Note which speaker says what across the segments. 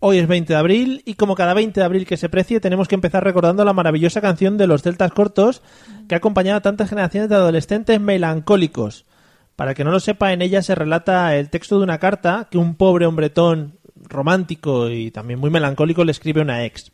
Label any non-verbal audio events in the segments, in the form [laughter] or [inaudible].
Speaker 1: hoy es 20 de abril y como cada 20 de abril que se precie, tenemos que empezar recordando la maravillosa canción de los Deltas Cortos que ha acompañado a tantas generaciones de adolescentes melancólicos. Para el que no lo sepa, en ella se relata el texto de una carta que un pobre hombretón romántico y también muy melancólico le escribe a una ex.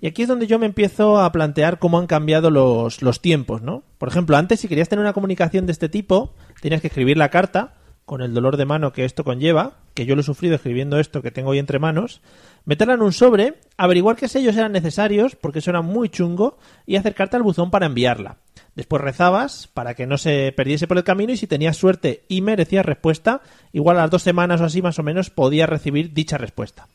Speaker 1: Y aquí es donde yo me empiezo a plantear cómo han cambiado los, los tiempos, ¿no? Por ejemplo, antes si querías tener una comunicación de este tipo, tenías que escribir la carta, con el dolor de mano que esto conlleva, que yo lo he sufrido escribiendo esto que tengo hoy entre manos, meterla en un sobre, averiguar qué sellos eran necesarios, porque eso era muy chungo, y acercarte al buzón para enviarla. Después rezabas para que no se perdiese por el camino y si tenías suerte y merecías respuesta, igual a las dos semanas o así más o menos podías recibir dicha respuesta.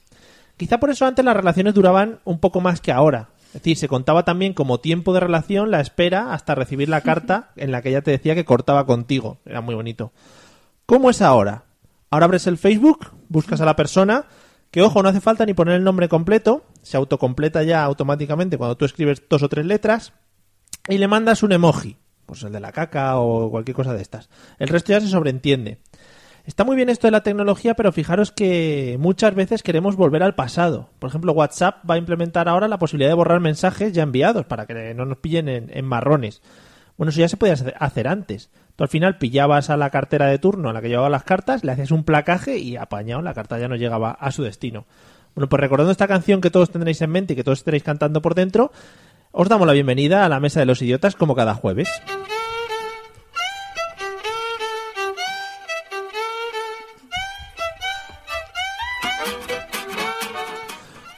Speaker 1: Quizá por eso antes las relaciones duraban un poco más que ahora. Es decir, se contaba también como tiempo de relación la espera hasta recibir la carta en la que ya te decía que cortaba contigo. Era muy bonito. ¿Cómo es ahora? Ahora abres el Facebook, buscas a la persona, que ojo, no hace falta ni poner el nombre completo, se autocompleta ya automáticamente cuando tú escribes dos o tres letras, y le mandas un emoji, pues el de la caca o cualquier cosa de estas. El resto ya se sobreentiende. Está muy bien esto de la tecnología, pero fijaros que muchas veces queremos volver al pasado. Por ejemplo, WhatsApp va a implementar ahora la posibilidad de borrar mensajes ya enviados para que no nos pillen en, en marrones. Bueno, eso ya se podía hacer antes. Tú al final pillabas a la cartera de turno a la que llevaba las cartas, le hacías un placaje y apañado, la carta ya no llegaba a su destino. Bueno, pues recordando esta canción que todos tendréis en mente y que todos estaréis cantando por dentro, os damos la bienvenida a la Mesa de los Idiotas como cada jueves.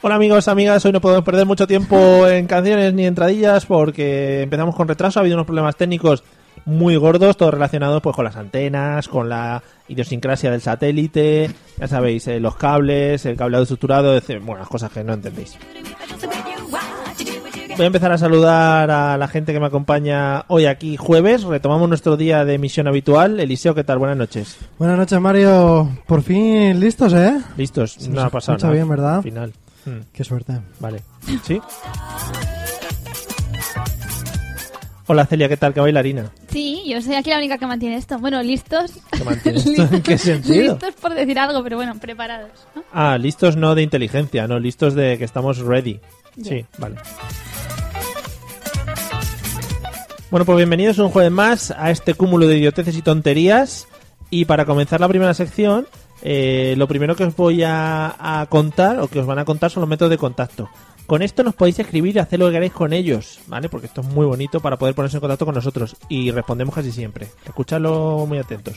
Speaker 1: Hola amigos, amigas, hoy no podemos perder mucho tiempo en canciones ni entradillas porque empezamos con retraso, ha habido unos problemas técnicos muy gordos, todos relacionados pues con las antenas, con la idiosincrasia del satélite, ya sabéis, eh, los cables, el cableado estructurado, etc. bueno, las cosas que no entendéis. Voy a empezar a saludar a la gente que me acompaña hoy aquí jueves, retomamos nuestro día de emisión habitual. Eliseo, ¿qué tal? Buenas noches.
Speaker 2: Buenas noches, Mario. Por fin listos, ¿eh?
Speaker 1: Listos,
Speaker 2: Se
Speaker 1: no
Speaker 2: nos
Speaker 1: ha pasado
Speaker 2: escucha
Speaker 1: nada.
Speaker 2: bien, ¿verdad?
Speaker 1: Final. Hmm.
Speaker 2: Qué suerte.
Speaker 1: Vale. ¿Sí? Hola Celia, ¿qué tal? ¿Qué bailarina?
Speaker 3: Sí, yo soy aquí la única que mantiene esto. Bueno, listos.
Speaker 1: ¿Qué
Speaker 3: [laughs]
Speaker 1: mantiene esto? ¿En qué sentido?
Speaker 3: Listos por decir algo, pero bueno, preparados. ¿no?
Speaker 1: Ah, listos no de inteligencia, no, listos de que estamos ready. Sí, vale. Bueno, pues bienvenidos un jueves más a este cúmulo de idioteces y tonterías. Y para comenzar la primera sección, eh, lo primero que os voy a, a contar, o que os van a contar, son los métodos de contacto. Con esto nos podéis escribir y hacer lo que queráis con ellos, ¿vale? Porque esto es muy bonito para poder ponerse en contacto con nosotros. Y respondemos casi siempre. Escuchadlo muy atentos.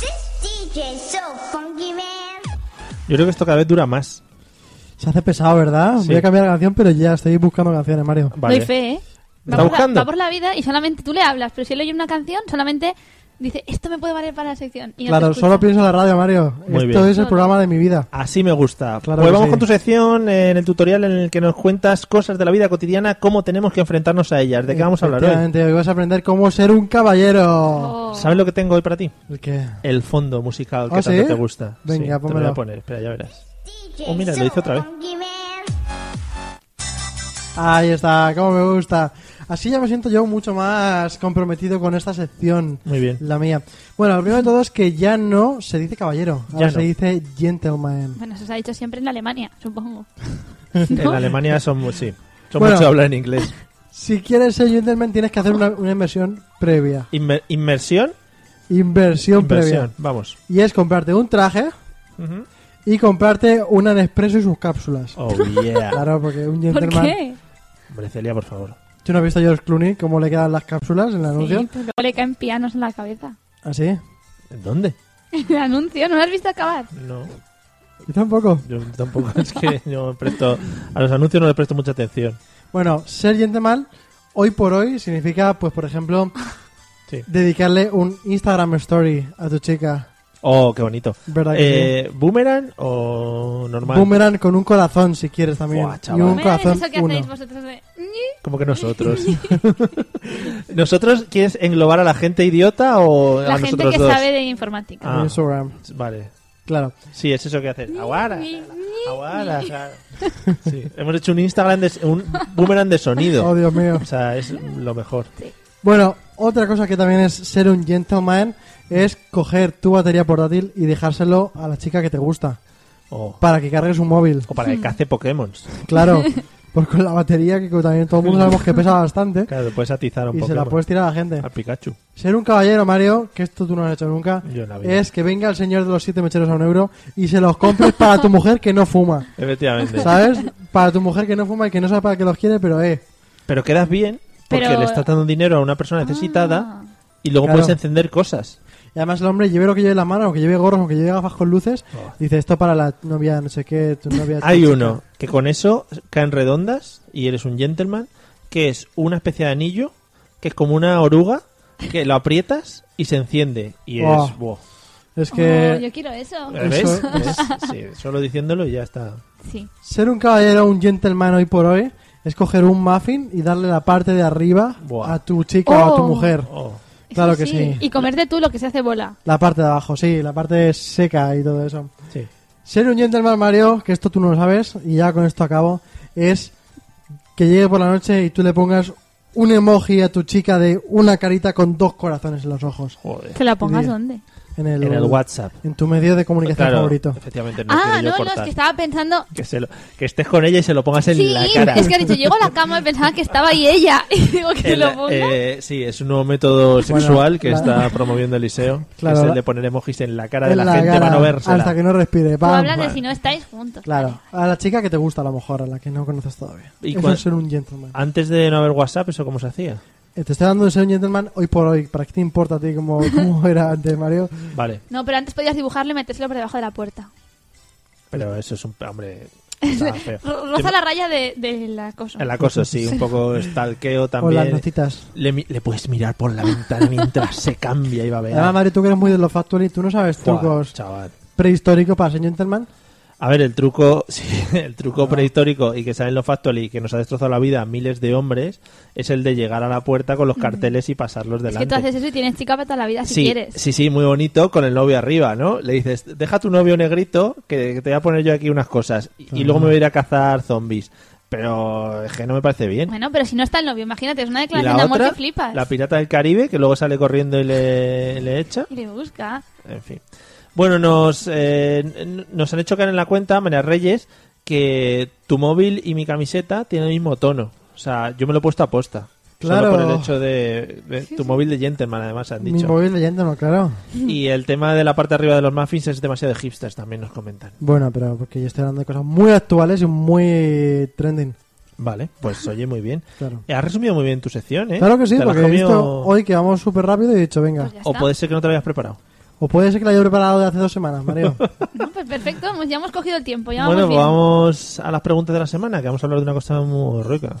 Speaker 4: This DJ's so funky, man.
Speaker 1: Yo creo que esto cada vez dura más.
Speaker 2: Se hace pesado, ¿verdad?
Speaker 1: Sí.
Speaker 2: Voy a cambiar la canción, pero ya estoy buscando canciones, Mario.
Speaker 1: Vale.
Speaker 3: Doy fe, ¿eh?
Speaker 1: ¿Está
Speaker 3: por
Speaker 1: buscando?
Speaker 3: La, va por la vida y solamente tú le hablas, pero si él oye una canción, solamente dice, esto me puede valer para la sección. Y no te
Speaker 2: claro,
Speaker 3: escucha.
Speaker 2: solo pienso en la radio, Mario.
Speaker 1: Muy
Speaker 2: Esto
Speaker 1: bien.
Speaker 2: es el programa de mi vida.
Speaker 1: Así me gusta.
Speaker 2: Claro
Speaker 1: pues
Speaker 2: que
Speaker 1: vamos
Speaker 2: sí.
Speaker 1: con tu sección eh, en el tutorial en el que nos cuentas cosas de la vida cotidiana, cómo tenemos que enfrentarnos a ellas, de qué vamos a hablar hoy.
Speaker 2: Efectivamente, hoy vas a aprender cómo ser un caballero.
Speaker 3: Oh.
Speaker 1: ¿Sabes lo que tengo hoy para ti?
Speaker 2: ¿El qué?
Speaker 1: El fondo musical que
Speaker 2: ¿Ah,
Speaker 1: tanto
Speaker 2: sí?
Speaker 1: te gusta. Sí, te lo
Speaker 2: Venga,
Speaker 1: voy a
Speaker 2: pónmelo.
Speaker 1: poner, espera, ya verás.
Speaker 4: DJ's
Speaker 1: Oh, mira, lo
Speaker 4: so
Speaker 1: hice otra vez.
Speaker 4: funky, man.
Speaker 2: Ahí está, como me gusta. Así ya me siento yo mucho más comprometido con esta sección.
Speaker 1: Muy
Speaker 2: [laughs]
Speaker 1: bien.
Speaker 2: La mía. Bueno, lo primero de todo es que ya no se dice caballero, ahora
Speaker 1: Ya no.
Speaker 2: se dice gentleman.
Speaker 3: Bueno, eso se ha dicho siempre en Alemania, supongo.
Speaker 1: En Alemania son, mu- sí, son
Speaker 2: Bueno.
Speaker 1: mucho hablar en inglés.
Speaker 2: Si quieres ser gentleman tienes que hacer una, una inversión previa.
Speaker 1: Inmer- inmersión,
Speaker 2: Inversión,
Speaker 1: inversión,
Speaker 2: previa.
Speaker 1: vamos.
Speaker 2: Y es comprarte un traje
Speaker 1: Ujú.
Speaker 2: y comprarte una Nespresso y sus cápsulas. [laughs]
Speaker 1: Oh, yeah.
Speaker 2: Claro, porque un
Speaker 3: ¿Por
Speaker 2: gentleman...
Speaker 3: qué?
Speaker 1: Hombre, Celia, por favor.
Speaker 2: ¿Tú no has visto a George Clooney cómo le quedan las cápsulas en el
Speaker 3: Sí,
Speaker 2: anuncio? ¿Ah,
Speaker 3: pues luego le caen pianos en la cabeza. [laughs]
Speaker 2: Así.
Speaker 1: ¿En ¿Dónde?
Speaker 3: El anuncio, ¿no lo has visto acabar?
Speaker 1: No,
Speaker 2: Yo tampoco.
Speaker 1: yo tampoco. [laughs] Es que yo me presto. A los anuncios no le presto mucha atención.
Speaker 2: Bueno, ser gentleman hoy por hoy significa, pues por ejemplo,
Speaker 1: Sí.
Speaker 2: dedicarle un Instagram story a tu chica.
Speaker 1: Oh, qué bonito.
Speaker 2: ¿Verdad que
Speaker 1: Eh, ¿Boomerang o normal?
Speaker 2: Boomerang con un corazón si quieres también.
Speaker 1: Buah,
Speaker 2: y
Speaker 1: chaval.
Speaker 2: un
Speaker 3: Bueno,
Speaker 2: corazón
Speaker 3: eso que
Speaker 2: uno.
Speaker 3: hacéis vosotros de... ñi.
Speaker 1: Como que nosotros. [laughs] ¿Nosotros quieres englobar a la gente idiota o
Speaker 3: La
Speaker 1: a
Speaker 3: gente
Speaker 1: nosotros
Speaker 3: que
Speaker 1: dos?
Speaker 3: sabe de informática.
Speaker 1: Ah.
Speaker 2: Instagram,
Speaker 1: Vale.
Speaker 2: claro.
Speaker 1: Sí, es eso que hacen. Aguara.
Speaker 3: ni,
Speaker 1: Aguara. claro. Sí. Hemos hecho un Instagram, de, un boomerang de sonido.
Speaker 2: Oh, Dios mío.
Speaker 1: O sea, es lo mejor.
Speaker 2: Bueno, otra cosa que también es ser un gentleman es coger tu batería portátil y dejárselo a la chica que te gusta
Speaker 1: O,
Speaker 2: para que cargue su móvil.
Speaker 1: o para
Speaker 3: Hmm.
Speaker 1: que cace Pokémon. [laughs]
Speaker 2: Claro, pues con la batería que también todo el mundo sabemos que pesa bastante
Speaker 1: Claro, puedes atizar a un
Speaker 2: y se la
Speaker 1: Pokémon.
Speaker 2: puedes tirar a la gente.
Speaker 1: Al Pikachu.
Speaker 2: Ser un caballero, Mario, que esto tú no has hecho nunca,
Speaker 1: Yo en la vida.
Speaker 2: es que venga el señor de los siete mecheros a un euro y se los compres para tu mujer que
Speaker 1: [laughs]
Speaker 2: no fuma.
Speaker 1: Efectivamente.
Speaker 2: ¿Sabes? Para tu mujer que no fuma y que no sabe para qué los quiere, pero eh.
Speaker 1: Pero quedas bien porque
Speaker 3: Pero- Ah.
Speaker 1: le estás dando dinero a una persona necesitada y luego
Speaker 2: Claro.
Speaker 1: puedes encender cosas.
Speaker 2: Y además el hombre lleve lo que lleve en la mano, o que lleve gorros, o que lleve gafas con luces, dice esto para la novia no sé qué, tu novia... tu
Speaker 1: Oh. [laughs] Hay
Speaker 2: chica.
Speaker 1: uno que con eso caen redondas y eres un gentleman, que es una especie de anillo, que es como una oruga, que lo aprietas y se enciende. Y es...
Speaker 2: Buah.
Speaker 1: buah.
Speaker 2: Es
Speaker 3: Oh,
Speaker 2: que
Speaker 3: yo quiero eso.
Speaker 1: ¿Ves?
Speaker 2: Eso-
Speaker 1: ¿Ves? Sí, solo diciéndolo ya está.
Speaker 3: Sí.
Speaker 2: ser un caballero, un gentleman hoy por hoy, es coger un muffin y darle la parte de arriba
Speaker 1: Buah.
Speaker 2: a tu chica o a tu
Speaker 3: Oh.
Speaker 2: mujer.
Speaker 1: Oh.
Speaker 3: Eso
Speaker 2: Claro que sí.
Speaker 3: Y comerte tú lo que se hace bola.
Speaker 2: La parte de abajo, sí, la parte seca y todo eso.
Speaker 1: Sí.
Speaker 2: Ser un gentleman, Mario, que esto tú no lo sabes, y ya con esto acabo, es que llegue por la noche y tú le pongas un emoji a tu chica de una carita con dos corazones en los ojos.
Speaker 1: Joder.
Speaker 3: ¿Te la pongas
Speaker 2: Bien.
Speaker 3: dónde?
Speaker 2: En el,
Speaker 1: En el WhatsApp.
Speaker 2: en tu medio de comunicación
Speaker 1: Pues Claro,
Speaker 2: favorito.
Speaker 1: Efectivamente, no
Speaker 3: ah,
Speaker 1: quiero yo
Speaker 3: no, no, es
Speaker 1: cortar.
Speaker 3: que estaba pensando...
Speaker 1: que, se lo- que estés con ella y se lo pongas en
Speaker 3: Sí,
Speaker 1: la cara.
Speaker 3: es que ha dicho, llego a la cama y pensaba que estaba ahí ella. [laughs] Y digo que
Speaker 1: El-
Speaker 3: lo ponga.
Speaker 1: eh, sí, es un nuevo método sexual que
Speaker 2: la-
Speaker 1: está promoviendo Eliseo,
Speaker 2: Claro,
Speaker 1: que es
Speaker 2: la-
Speaker 1: el de poner emojis en la cara de
Speaker 2: En
Speaker 1: la,
Speaker 2: la
Speaker 1: gente
Speaker 2: cara,
Speaker 1: para no vérsela.
Speaker 2: hasta que no respire.
Speaker 3: Tú
Speaker 2: pam.
Speaker 3: hablas de si no estáis juntos.
Speaker 2: Claro, a la chica que te gusta a lo mejor, a la que no conoces todavía.
Speaker 1: ¿Y
Speaker 2: Eso
Speaker 1: cuál-
Speaker 2: es ser un gentleman.
Speaker 1: Antes de no haber WhatsApp, ¿eso cómo se hacía?
Speaker 2: Eh, Te estoy dando de ser un gentleman hoy por hoy. ¿Para qué te importa a ti cómo, [laughs] cómo era antes, Mario?
Speaker 1: Vale,
Speaker 3: No, pero antes podías dibujarlo y metérselo por debajo de la puerta.
Speaker 1: pero eso es un...
Speaker 3: [laughs]
Speaker 1: Hombre, está feo.
Speaker 3: Ro- Roza la raya de, de la cosa.
Speaker 1: El acoso, sí, un poco stalkeo
Speaker 2: O las
Speaker 1: también.
Speaker 2: notitas.
Speaker 1: Le, mi- le puedes mirar por la ventana mientras se cambia y va a ver...
Speaker 2: Además, Mario, tú que eres muy de los factuales, tú no sabes trucos
Speaker 1: chaval.
Speaker 2: prehistóricos para ser gentleman.
Speaker 1: A ver, el truco, [laughs] sí, el truco prehistórico y que sale en los Factually y que nos ha destrozado la vida a miles de hombres es el de llegar a la puerta con los carteles y pasarlos
Speaker 3: es
Speaker 1: delante.
Speaker 3: que tú haces eso y tienes chica para toda la vida si
Speaker 1: sí,
Speaker 3: quieres.
Speaker 1: sí, sí, muy bonito con el novio arriba, ¿no? Le dices, deja tu novio negrito que que te voy a poner yo aquí unas cosas y, y luego me voy a ir a cazar zombies. Pero es que no me parece bien.
Speaker 3: Bueno, pero si no está el novio, imagínate, es una
Speaker 1: y
Speaker 3: declaración de
Speaker 1: la
Speaker 3: amor
Speaker 1: otra,
Speaker 3: que flipas.
Speaker 1: la pirata del Caribe que luego sale corriendo y le, le echa.
Speaker 3: Y le busca.
Speaker 1: En fin. Bueno, nos, eh, n- nos han hecho caer en la cuenta, María Reyes, que tu móvil y mi camiseta tienen el mismo tono. O sea, yo me lo he puesto a posta.
Speaker 2: Claro.
Speaker 1: Solo por el hecho de, de tu móvil de gentleman, además, han
Speaker 2: Mi
Speaker 1: dicho.
Speaker 2: móvil de gentleman, claro.
Speaker 1: [clears throat] Y el tema de la parte arriba de los muffins es demasiado de hipsters, también nos comentan.
Speaker 2: Bueno, pero porque yo estoy hablando de cosas muy actuales y muy trending.
Speaker 1: Vale, pues oye, muy bien.
Speaker 2: Claro.
Speaker 1: Has resumido muy bien tu sección, ¿eh?
Speaker 2: Claro que sí,
Speaker 1: Te la has
Speaker 2: porque he
Speaker 1: comido-
Speaker 2: visto hoy que vamos súper rápido y he dicho, venga.
Speaker 3: Pues ya
Speaker 1: O
Speaker 3: está.
Speaker 1: puede ser que no te lo habías preparado.
Speaker 2: O puede ser que la haya preparado de hace dos
Speaker 3: [laughs]
Speaker 2: semanas, Mario.
Speaker 3: No, pues perfecto, hemos- ya hemos cogido el tiempo. Ya
Speaker 1: bueno,
Speaker 3: vamos bien.
Speaker 1: vamos a las preguntas de la semana, que vamos a hablar de una cosa muy rica.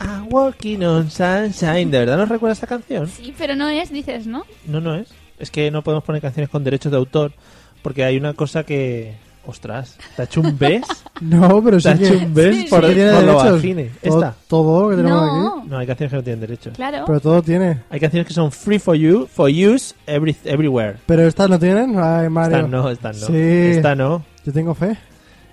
Speaker 1: I'm Walking on Sunshine, ¿de verdad nos recuerda esta canción?
Speaker 3: Sí, pero no es, dices, ¿no?
Speaker 1: No, no es. Es que no podemos poner canciones con derechos de autor porque hay una cosa que... Ostras, ¿te ha hecho un
Speaker 2: [laughs]
Speaker 1: bes?
Speaker 2: No, pero
Speaker 1: ¿Te ha
Speaker 2: sí
Speaker 1: hecho un
Speaker 2: que...
Speaker 1: bes
Speaker 3: Sí,
Speaker 1: por,
Speaker 3: sí.
Speaker 2: que tiene
Speaker 1: por lo
Speaker 2: derechos.
Speaker 1: bajine?
Speaker 2: Todo,
Speaker 1: Esta.
Speaker 2: todo lo que tenemos
Speaker 3: No,
Speaker 1: No, hay canciones que no tienen derechos.
Speaker 3: claro.
Speaker 2: aquí. Pero todo tiene.
Speaker 1: Hay canciones que son free for you, for use, every, everywhere.
Speaker 2: Pero estas no tienen. Ay, Mario.
Speaker 1: Esta no, esta no.
Speaker 2: Sí.
Speaker 1: Esta no.
Speaker 2: Yo tengo fe.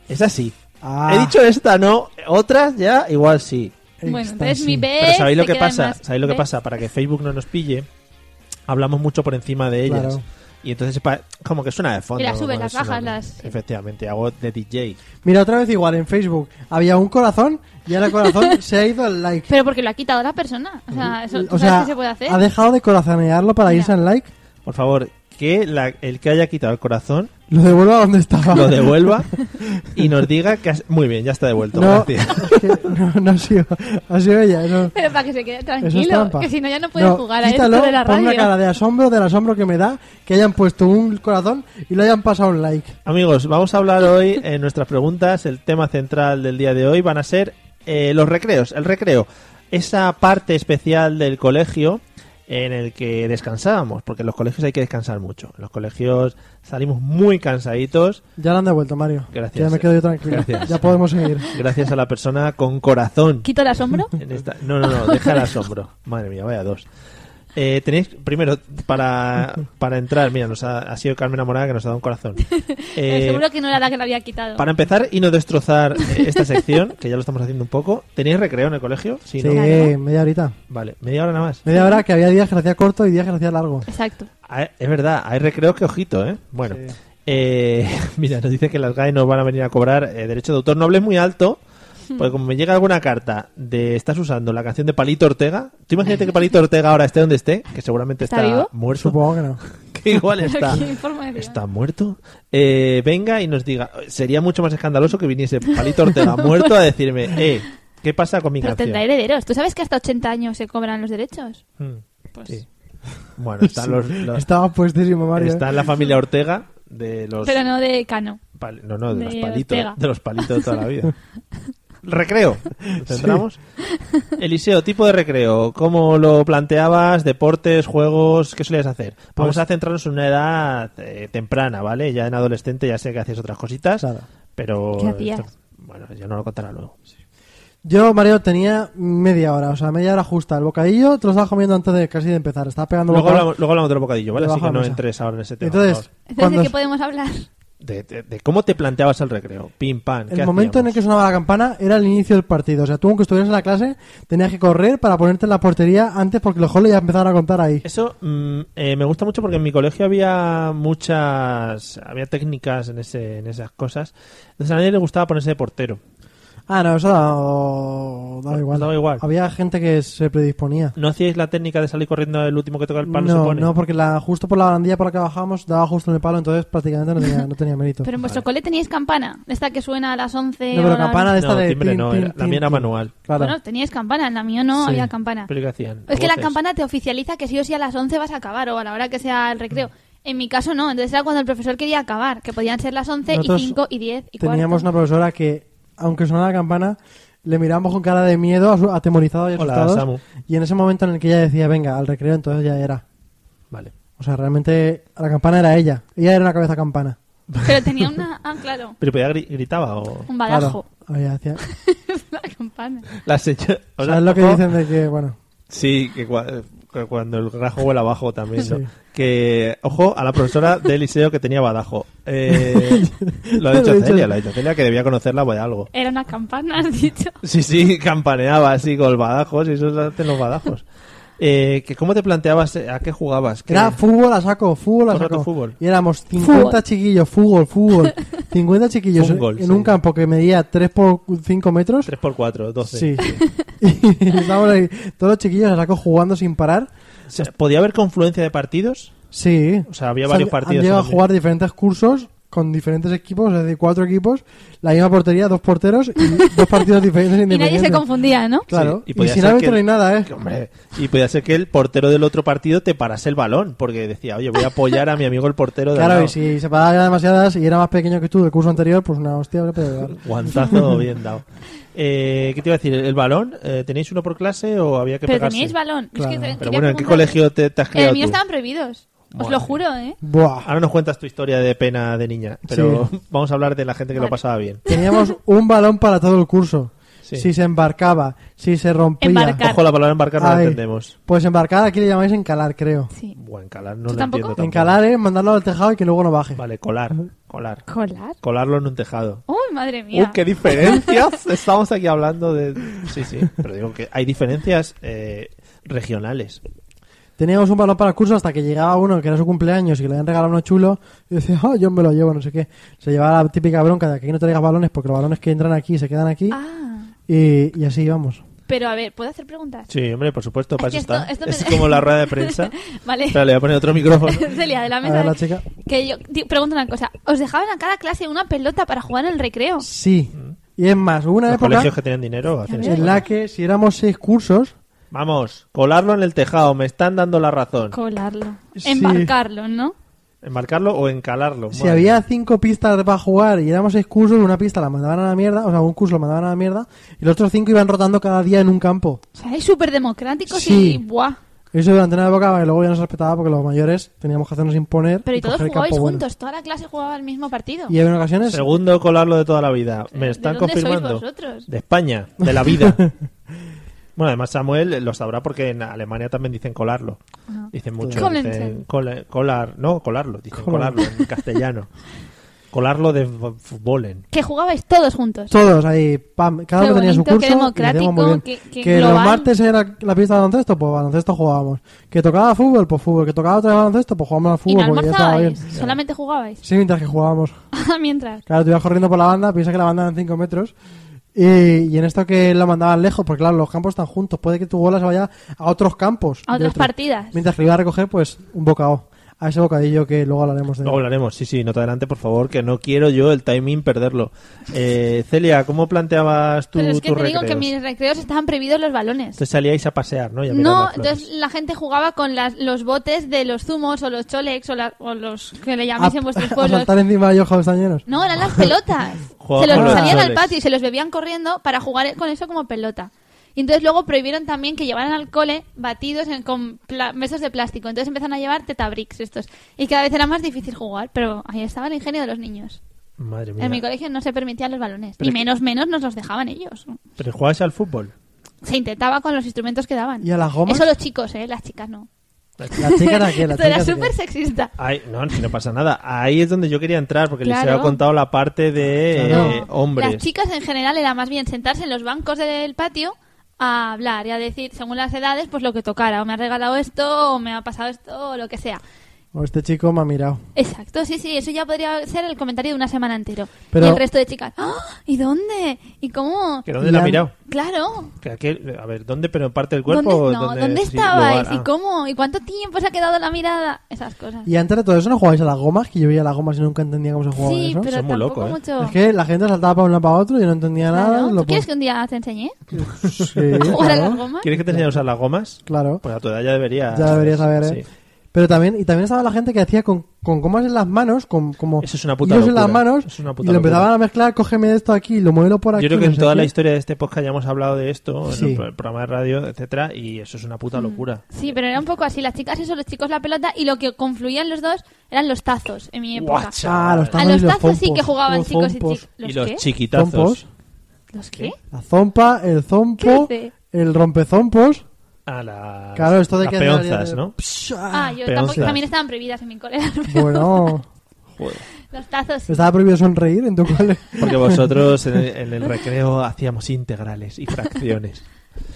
Speaker 1: Es así.
Speaker 2: Ah,
Speaker 1: He dicho esta no, otras ya igual sí.
Speaker 3: bueno,
Speaker 2: esta
Speaker 3: entonces
Speaker 2: sí.
Speaker 3: mi B.
Speaker 1: Pero ¿sabéis lo
Speaker 3: se
Speaker 1: que
Speaker 3: queda en
Speaker 1: pasa?
Speaker 3: más
Speaker 1: ¿Sabéis lo que
Speaker 3: B.
Speaker 1: pasa? Para que Facebook no nos pille, hablamos mucho por encima de ellas.
Speaker 2: Claro.
Speaker 1: Y entonces pa- como que suena de fondo.
Speaker 3: Y las subes,
Speaker 1: ¿no?
Speaker 3: las
Speaker 1: Suena
Speaker 3: bajas,
Speaker 1: bien.
Speaker 3: las-
Speaker 1: Efectivamente, hago de DJ.
Speaker 2: Mira, otra vez igual, en Facebook había un corazón y ahora
Speaker 3: [laughs]
Speaker 2: el corazón se ha ido al like.
Speaker 3: Pero porque lo ha quitado la persona. O sea, eso, ¿tú
Speaker 2: o
Speaker 3: sabes
Speaker 2: sea,
Speaker 3: qué se puede hacer?
Speaker 2: ha dejado de corazonearlo para
Speaker 3: Mira.
Speaker 2: irse al like.
Speaker 1: Por favor, que la- el que haya quitado el corazón
Speaker 2: Lo devuelvo a donde estaba.
Speaker 1: lo devuelva y nos diga que... has- Muy bien, ya está devuelto.
Speaker 2: No,
Speaker 1: Gracias.
Speaker 2: que- [laughs] no, no ha sido, ha sido ella. Eso,
Speaker 3: [laughs] Pero para que se quede
Speaker 2: eso es
Speaker 3: tranquilo.
Speaker 2: trampa.
Speaker 3: Que si no, ya no puede jugar a
Speaker 2: quítalo,
Speaker 3: esto de la
Speaker 2: pon una
Speaker 3: radio.
Speaker 2: cara de asombro, del asombro que me da que hayan puesto un corazón y lo hayan pasado un like.
Speaker 1: Amigos, vamos a hablar hoy en nuestras preguntas. El tema central del día de hoy van a ser eh, los recreos. El recreo, esa parte especial del colegio en el que descansábamos, porque en los colegios hay que descansar mucho. En los colegios salimos muy cansaditos
Speaker 2: Ya lo han devuelto, Mario.
Speaker 1: Gracias.
Speaker 2: Ya me quedo yo tranquilo.
Speaker 1: Gracias.
Speaker 2: Ya podemos
Speaker 1: [laughs]
Speaker 2: seguir.
Speaker 1: gracias a la persona con corazón.
Speaker 3: ¿Quito el
Speaker 2: [laughs]
Speaker 3: asombro?
Speaker 1: En esta- No, no, no, deja el asombro. Madre mía, vaya dos. Eh, tenéis, primero, para, para entrar, mira, nos ha, ha sido Carmen Amorada que nos ha dado un
Speaker 3: [laughs]
Speaker 1: corazón.
Speaker 3: Eh,
Speaker 1: Eh,
Speaker 3: Seguro que no era la que lo había quitado.
Speaker 1: Para empezar y no destrozar eh, esta sección, que ya lo estamos haciendo un poco, ¿tenéis recreo en el colegio? Sí,
Speaker 2: Sí,
Speaker 1: ¿no?
Speaker 2: media horita.
Speaker 1: Vale, media hora nada más.
Speaker 2: Media hora que había días que lo hacía corto y días que lo hacía largo. [laughs]
Speaker 3: Exacto.
Speaker 1: Ah, Es verdad, hay recreos que ojito, ¿eh? Bueno, eh, [laughs] mira, nos dice que las GAE nos van a venir a cobrar eh, derecho de autor. No hables muy alto, porque como me llega alguna carta de estás usando la canción de Palito Ortega, tú imagínate que Palito Ortega ahora esté donde esté, que seguramente
Speaker 3: ¿Está
Speaker 1: está,
Speaker 3: vivo?
Speaker 1: muerto.
Speaker 2: Supongo que no.
Speaker 1: que [laughs] igual está.
Speaker 3: Pero qué información.
Speaker 1: ¿Está muerto? Eh, venga y nos diga. Sería mucho más escandaloso que viniese Palito
Speaker 3: [laughs]
Speaker 1: Ortega muerto a decirme, eh, ¿qué pasa con mi
Speaker 3: Pero
Speaker 1: canción?
Speaker 3: tendrá herederos. ¿Tú sabes que hasta 80 años se cobran los derechos?
Speaker 1: Hmm,
Speaker 3: Pues.
Speaker 1: sí. Bueno, están los, los- [laughs]
Speaker 2: Estaba puestísimo, Mario. ¿eh?
Speaker 1: está la familia Ortega de los
Speaker 3: Pero no de Cano.
Speaker 1: pal- no, no, de,
Speaker 3: de
Speaker 1: los palitos,
Speaker 3: Ortega.
Speaker 1: de los palitos de toda la
Speaker 2: [laughs]
Speaker 1: vida. Recreo. ¿Nos centramos? Eliseo, tipo de recreo, ¿cómo lo planteabas? ¿Deportes, juegos? ¿Qué solías hacer? Vamos
Speaker 2: Pues-
Speaker 1: a centrarnos en una edad eh, temprana, ¿vale? Ya en adolescente ya sé que hacías otras cositas.
Speaker 2: Claro.
Speaker 1: Pero.
Speaker 3: ¿Qué hacías?
Speaker 1: esto- bueno, ya no lo contará luego.
Speaker 2: Yo, Mario, tenía media hora, o sea, media hora justa. El bocadillo te lo estaba comiendo antes de casi de empezar. Estaba pegando
Speaker 1: Luego
Speaker 2: bocado.
Speaker 1: hablamos, luego hablamos del bocadillo, ¿vale?
Speaker 2: Debajo
Speaker 1: Así que
Speaker 2: de la
Speaker 1: no
Speaker 2: mesa.
Speaker 1: entres ahora en ese tema. por
Speaker 2: Entonces,
Speaker 1: favor.
Speaker 3: Entonces,
Speaker 2: cuando
Speaker 3: ¿de qué podemos hablar?
Speaker 1: de, de- de cómo te planteabas el recreo. Pim, pam.
Speaker 2: el momento en el que sonaba la campana era el inicio del partido. O sea, tú aunque estuvieras en la clase, tenías que correr para ponerte en la portería antes porque los goles ya empezaron a contar ahí.
Speaker 1: Eso mm, eh, me gusta mucho porque en mi colegio había muchas. Había técnicas en, ese, en esas cosas. Entonces a nadie le gustaba ponerse de portero.
Speaker 2: Ah, no, eso daba, daba igual.
Speaker 1: Daba igual.
Speaker 2: Había gente que se predisponía.
Speaker 1: ¿No hacíais la técnica de salir corriendo el último que toca el palo? se
Speaker 2: no,
Speaker 1: pone?
Speaker 2: no, porque la, justo por la barandilla por la que bajábamos daba justo en el palo, entonces prácticamente no tenía, no tenía mérito.
Speaker 3: Pero en vuestro cole teníais campana. Esta que suena a las 11.
Speaker 2: no,
Speaker 3: o
Speaker 2: pero
Speaker 3: a las-
Speaker 2: campana de esta
Speaker 1: No,
Speaker 2: de.
Speaker 1: timbre
Speaker 2: tin,
Speaker 1: no,
Speaker 2: tin,
Speaker 1: era- la
Speaker 2: tin,
Speaker 1: mía era
Speaker 2: tin.
Speaker 1: manual.
Speaker 2: Claro.
Speaker 3: Bueno, teníais campana. En la mía no
Speaker 2: Sí.
Speaker 3: había campana.
Speaker 1: ¿Pero qué hacían?
Speaker 3: Es que la
Speaker 1: Voces.
Speaker 3: campana te oficializa que sí o sí a las 11 vas a acabar o a la hora que sea el
Speaker 2: Mm.
Speaker 3: recreo. En mi caso no, entonces era cuando el profesor quería acabar, que podían ser las 11
Speaker 2: Nosotros
Speaker 3: y 5 y 10 y
Speaker 2: Teníamos una
Speaker 3: cuarto.
Speaker 2: profesora que, aunque sonaba la campana, le miramos con cara de miedo, asu- atemorizados y
Speaker 1: Hola,
Speaker 2: asustados.
Speaker 1: Samu.
Speaker 2: Y en ese momento en el que ella decía, venga, al recreo, entonces ya era.
Speaker 1: Vale.
Speaker 2: O sea, realmente la campana era ella. Ella era la cabeza campana.
Speaker 3: Pero tenía una... Ah, claro,
Speaker 1: ¿Pero podía gri- gritaba
Speaker 3: [laughs]
Speaker 1: o.?
Speaker 3: un
Speaker 2: Claro.
Speaker 3: badajo.
Speaker 1: [laughs]
Speaker 2: Ella decía-
Speaker 3: la campana.
Speaker 1: La señora.
Speaker 2: ¿Sabes lo que dicen de que, bueno,
Speaker 1: Sí, que, cua- que cuando el grajo huele abajo también, ¿no?
Speaker 2: Sí.
Speaker 1: Que, ojo, a la profesora de Eliseo que tenía badajo.
Speaker 2: [laughs]
Speaker 1: Eh, lo ha dicho
Speaker 2: Lo he dicho.
Speaker 1: Celia, lo ha dicho Celia, que debía conocerla por algo.
Speaker 3: Era una campana, has dicho.
Speaker 1: Sí, sí, [laughs] campaneaba así con badajos y eso lo hacen los badajos. Eh, que ¿Cómo te planteabas? eh, ¿A qué jugabas? ¿Qué-
Speaker 2: era fútbol a saco, fútbol
Speaker 1: Todo
Speaker 2: a
Speaker 1: el rato
Speaker 2: saco.
Speaker 1: fútbol.
Speaker 2: Y éramos 50
Speaker 3: Fútbol.
Speaker 2: chiquillos,
Speaker 3: [laughs]
Speaker 2: fútbol, fútbol. 50 chiquillos
Speaker 1: Fútbol,
Speaker 2: en
Speaker 1: sí.
Speaker 2: un campo que medía 3 por 5 metros.
Speaker 1: 3x4, 12.
Speaker 2: Sí. [laughs] y estábamos ahí, todos los chiquillos a saco jugando sin parar.
Speaker 1: O sea, ¿Podía haber confluencia de partidos?
Speaker 2: Sí.
Speaker 1: O sea, había varios
Speaker 2: han-
Speaker 1: partidos
Speaker 2: Han llegado a
Speaker 1: también.
Speaker 2: jugar diferentes cursos con diferentes equipos, es decir, cuatro equipos, la misma portería, dos porteros
Speaker 1: [laughs]
Speaker 2: y dos partidos diferentes
Speaker 3: Y nadie se
Speaker 2: independientes.
Speaker 3: confundía, ¿no?
Speaker 2: Claro.
Speaker 1: Sí, y
Speaker 2: y,
Speaker 1: podía
Speaker 2: sin
Speaker 1: ser
Speaker 2: árbitro
Speaker 1: que-
Speaker 2: ni nada, ¿eh?
Speaker 1: Que, hombre, y podía ser que el portero del otro partido te parase el balón, porque decía, oye, voy a apoyar a mi amigo el portero de al
Speaker 2: Claro,
Speaker 1: lado.
Speaker 2: y si se paraba ya demasiadas y era más pequeño que tú del curso anterior, pues una hostia le
Speaker 1: [laughs]
Speaker 2: podía dar.
Speaker 1: Guantazo bien dado. Eh, ¿Qué te iba a decir? ¿El balón? Eh, ¿Tenéis uno por clase o había que
Speaker 3: Pero
Speaker 1: pegarse?
Speaker 3: teníais balón. Es que
Speaker 2: Claro.
Speaker 3: te-
Speaker 1: Pero
Speaker 3: quería
Speaker 1: bueno, ¿en qué
Speaker 3: preguntar-
Speaker 1: colegio te, te has
Speaker 3: En
Speaker 1: criado
Speaker 3: el mío
Speaker 1: tú?
Speaker 3: estaban prohibidos. Os lo juro, ¿eh?
Speaker 2: Buah.
Speaker 1: Ahora nos cuentas tu historia de pena de niña, pero
Speaker 2: Sí.
Speaker 1: [laughs] vamos a hablar de la gente que lo
Speaker 3: Vale.
Speaker 1: pasaba bien.
Speaker 2: Teníamos un balón para todo el curso.
Speaker 1: Sí.
Speaker 2: Si se embarcaba, si se rompía.
Speaker 3: Embarcar.
Speaker 1: Ojo, la palabra embarcar no la
Speaker 2: Ay.
Speaker 1: entendemos.
Speaker 2: Pues embarcar aquí le llamáis encalar, creo.
Speaker 3: Sí.
Speaker 1: Bueno, encalar no
Speaker 3: ¿Tú
Speaker 1: lo
Speaker 3: tampoco?
Speaker 1: entiendo tampoco.
Speaker 2: Encalar es mandarlo al tejado y que luego no baje.
Speaker 1: Vale, colar, colar.
Speaker 3: ¿Colar?
Speaker 1: Colarlo en un tejado.
Speaker 3: ¡Uy, madre
Speaker 1: ¡Uh,
Speaker 3: mía!
Speaker 1: qué diferencias! [laughs] Estamos aquí hablando de... Sí, sí, pero digo que hay diferencias eh, regionales.
Speaker 2: Teníamos un balón para el curso hasta que llegaba uno que era su cumpleaños y que le habían regalado uno chulo. Y decía, "Ah, yo me lo llevo, no sé qué. Se llevaba la típica bronca de que aquí no traigas balones porque los balones que entran aquí se quedan aquí.
Speaker 3: Ah,
Speaker 2: Y, y así íbamos.
Speaker 3: pero a ver, ¿puedo hacer preguntas?
Speaker 1: Sí, hombre, por supuesto, para
Speaker 3: Es que
Speaker 1: eso está.
Speaker 3: esto- esto me-
Speaker 1: Es como la rueda de
Speaker 3: [laughs]
Speaker 1: prensa.
Speaker 3: Vale.
Speaker 1: Espera, le voy a poner otro
Speaker 2: [laughs]
Speaker 1: micrófono.
Speaker 3: Celia, de la
Speaker 2: A
Speaker 3: mesa.
Speaker 2: ver,
Speaker 3: de-
Speaker 2: la chica.
Speaker 3: Que yo di- pregunto una cosa. ¿Os dejaban a cada clase una pelota para jugar en el recreo?
Speaker 2: Sí. Y es más, hubo una
Speaker 1: Mm. Los
Speaker 2: época
Speaker 1: colegios que tienen dinero hacen eso.
Speaker 2: en la que si éramos seis cursos,
Speaker 1: Vamos, colarlo en el tejado, me están dando la razón.
Speaker 3: Colarlo.
Speaker 2: Sí.
Speaker 3: Embarcarlo, ¿no?
Speaker 1: ¿Enmarcarlo o encalarlo?
Speaker 2: si
Speaker 1: Madre
Speaker 2: había cinco pistas para jugar y éramos seis cursos, una pista la mandaban a la mierda, o sea, un curso lo mandaban a la mierda, y los otros cinco iban rotando cada día en un campo.
Speaker 3: O sea, es súper democrático
Speaker 2: Sí.
Speaker 3: y buah.
Speaker 2: Eso durante una época que luego ya no se respetaba porque los mayores teníamos que hacernos imponer.
Speaker 3: Pero y todos
Speaker 2: coger el
Speaker 3: jugabais
Speaker 2: campo bueno.
Speaker 3: juntos, toda la clase jugaba el mismo partido.
Speaker 2: Y en ocasiones
Speaker 1: Segundo colarlo de toda la vida. Me
Speaker 3: ¿De
Speaker 1: están
Speaker 3: dónde sois
Speaker 1: confirmando.
Speaker 3: vosotros?
Speaker 1: De España, de la vida.
Speaker 3: [laughs]
Speaker 1: bueno, además Samuel lo sabrá porque en Alemania también dicen colarlo.
Speaker 3: Ah.
Speaker 1: Dicen mucho.
Speaker 3: Colense.
Speaker 1: Dicen cole- colar, no, colarlo. Dicen
Speaker 2: Colar.
Speaker 1: colarlo en
Speaker 3: [laughs]
Speaker 1: castellano. colarlo de f- futbolen.
Speaker 3: Que jugabais todos juntos.
Speaker 2: todos ahí, pam, cada
Speaker 3: Qué
Speaker 2: uno tenía su
Speaker 3: bonito, qué
Speaker 2: curso. y lo
Speaker 3: democrático,
Speaker 2: hacíamos muy bien.
Speaker 3: qué- qué
Speaker 2: que los
Speaker 3: global.
Speaker 2: martes era la pista de baloncesto, pues baloncesto jugábamos. Que tocaba fútbol, pues fútbol. Que tocaba otra vez baloncesto, pues jugábamos al
Speaker 3: y
Speaker 2: fútbol
Speaker 3: no
Speaker 2: porque ya estaba bien.
Speaker 3: almorzabais, solamente jugabais.
Speaker 2: [laughs] Sí, mientras que jugábamos.
Speaker 3: Ah, Mientras.
Speaker 2: Claro, tú ibas corriendo por la banda, piensa que la banda eran 5 metros. Y, y en esto que lo mandaban lejos, porque claro, los campos están juntos. Puede que tu bola se vaya a otros campos.
Speaker 3: A
Speaker 2: de
Speaker 3: otras
Speaker 2: otro.
Speaker 3: partidas.
Speaker 2: Mientras que lo iba a recoger, pues un bocado. A ese bocadillo que luego hablaremos de él.
Speaker 1: Luego hablaremos. Sí, sí, no te adelante, por favor, que no quiero yo el timing perderlo. Eh,
Speaker 3: [laughs]
Speaker 1: Celia, ¿cómo planteabas tú
Speaker 3: Pero es que
Speaker 1: tus
Speaker 3: te digo
Speaker 1: recreos?
Speaker 3: que mis recreos estaban prohibidos los balones.
Speaker 1: Entonces salíais a pasear, ¿no? Y a mirar
Speaker 3: No,
Speaker 1: las flores.
Speaker 3: entonces la gente jugaba con las, los botes de los zumos o los cholex o, la- o los que le
Speaker 1: Ah,
Speaker 3: llaméis
Speaker 1: [laughs]
Speaker 3: en vuestros
Speaker 2: [laughs] a
Speaker 3: pueblos.
Speaker 2: saltar encima de los castañeros.
Speaker 3: No, eran las pelotas.
Speaker 1: Jugaba
Speaker 3: se los
Speaker 1: con los
Speaker 3: salían al
Speaker 1: cholex.
Speaker 3: patio y se los bebían corriendo para jugar con eso como pelota. Y entonces luego prohibieron también que llevaran al cole batidos en- con pla- mesas de plástico. Entonces empezaron a llevar tetabricks estos. Y cada vez era más difícil jugar, pero ahí estaba el ingenio de los niños.
Speaker 1: Madre mía.
Speaker 3: En mi colegio no se permitían los balones.
Speaker 1: Pero
Speaker 3: y
Speaker 1: es que-
Speaker 3: menos menos nos los dejaban ellos.
Speaker 1: ¿Pero jugabas al fútbol?
Speaker 3: Se intentaba con los instrumentos que daban.
Speaker 2: ¿Y a las gomas?
Speaker 3: Eso los chicos, ¿eh? Las chicas no.
Speaker 2: La [laughs] chica era que la
Speaker 3: Esto era
Speaker 2: chica era
Speaker 3: súper
Speaker 2: aquella.
Speaker 3: sexista.
Speaker 1: Ay, no, si no pasa nada. Ahí es donde yo quería entrar, porque les
Speaker 3: Claro.
Speaker 1: había contado la parte de
Speaker 2: Claro.
Speaker 1: eh, hombres.
Speaker 3: Las chicas en general era más bien sentarse en los bancos del patio a hablar y a decir, según las edades, pues lo que tocara. O me ha regalado esto, o me ha pasado esto, o lo que sea.
Speaker 2: O este chico me ha mirado.
Speaker 3: Exacto, sí, sí, eso ya podría ser el comentario de una semana entero.
Speaker 2: Pero-
Speaker 3: Y el resto de chicas, "¡Ah! ¿y dónde? ¿Y cómo?
Speaker 1: ¿Que dónde la ha
Speaker 2: Lan-
Speaker 1: mirado?
Speaker 3: Claro.
Speaker 1: Que aquel- a ver, ¿dónde? ¿Pero en parte del cuerpo?
Speaker 3: ¿Dónde,
Speaker 1: o
Speaker 3: no,
Speaker 1: dónde,
Speaker 3: ¿dónde
Speaker 1: sí,
Speaker 3: estabais?
Speaker 1: lugar?
Speaker 3: ¿Y
Speaker 1: Ah.
Speaker 3: cómo? ¿Y cuánto tiempo se ha quedado la mirada? Esas cosas.
Speaker 2: Y antes de todo eso no jugabais a las gomas, que yo veía las gomas y nunca entendía cómo se jugaba
Speaker 3: sí,
Speaker 2: eso.
Speaker 3: pero
Speaker 1: Son muy
Speaker 3: tampoco
Speaker 1: locos, ¿eh?
Speaker 3: mucho.
Speaker 2: Es que la gente saltaba para un lado para otro y yo no entendía
Speaker 3: Claro,
Speaker 2: nada.
Speaker 3: ¿Tú
Speaker 2: lo
Speaker 3: quieres
Speaker 2: pon-
Speaker 3: que un día te enseñe?
Speaker 2: [laughs]
Speaker 3: [laughs]
Speaker 2: Sí,
Speaker 3: ¿Jugar a
Speaker 2: claro,
Speaker 3: las gomas?
Speaker 1: ¿Quieres que te enseñe a usar las gomas?
Speaker 2: claro.
Speaker 1: Pues a tu edad ya debería.
Speaker 2: Ya deberías saber, ¿eh?
Speaker 1: Sí.
Speaker 2: Pero también, y también estaba la gente que hacía con, con gomas en las manos, con, como
Speaker 1: Eso es una puta
Speaker 2: hilos en
Speaker 1: locura.
Speaker 2: las manos,
Speaker 1: Es una
Speaker 2: y
Speaker 1: puta
Speaker 2: lo empezaban
Speaker 1: locura.
Speaker 2: a mezclar, cógeme esto aquí, lo muevo por aquí.
Speaker 1: Yo creo que
Speaker 2: no
Speaker 1: en
Speaker 2: sé
Speaker 1: toda
Speaker 2: qué.
Speaker 1: la historia de este podcast ya hemos hablado de esto,
Speaker 2: Sí.
Speaker 1: en el pro- programa de radio, etcétera, y eso es una
Speaker 3: Mm.
Speaker 1: puta locura.
Speaker 3: Sí, pero era un poco así. Las chicas eso, los chicos la pelota y lo que confluían los dos eran los tazos en mi época.
Speaker 1: Guacha.
Speaker 2: Ah, los
Speaker 1: A
Speaker 3: A
Speaker 2: tazos y
Speaker 3: los tazos sí
Speaker 2: zompos.
Speaker 3: que jugaban
Speaker 2: Los
Speaker 3: chicos
Speaker 2: zompos.
Speaker 3: y chicas.
Speaker 1: y los
Speaker 3: qué?
Speaker 1: chiquitazos.
Speaker 2: Zompos.
Speaker 3: ¿Los qué?
Speaker 2: La zompa, el zompo,
Speaker 3: ¿Qué hace?
Speaker 2: el rompezompos.
Speaker 1: A las,
Speaker 2: Claro, esto de
Speaker 1: las
Speaker 2: que andar ya
Speaker 1: peonzas,
Speaker 2: de-
Speaker 1: ¿no?
Speaker 3: Ah, yo
Speaker 1: peonzas.
Speaker 3: tampoco, también estaban prohibidas en mi cole. [laughs]
Speaker 2: Bueno,
Speaker 3: los tazos. sí.
Speaker 2: estaba prohibido sonreír en tu cole. [laughs]
Speaker 1: Porque vosotros en el, en el recreo hacíamos integrales y
Speaker 3: [laughs]
Speaker 1: fracciones.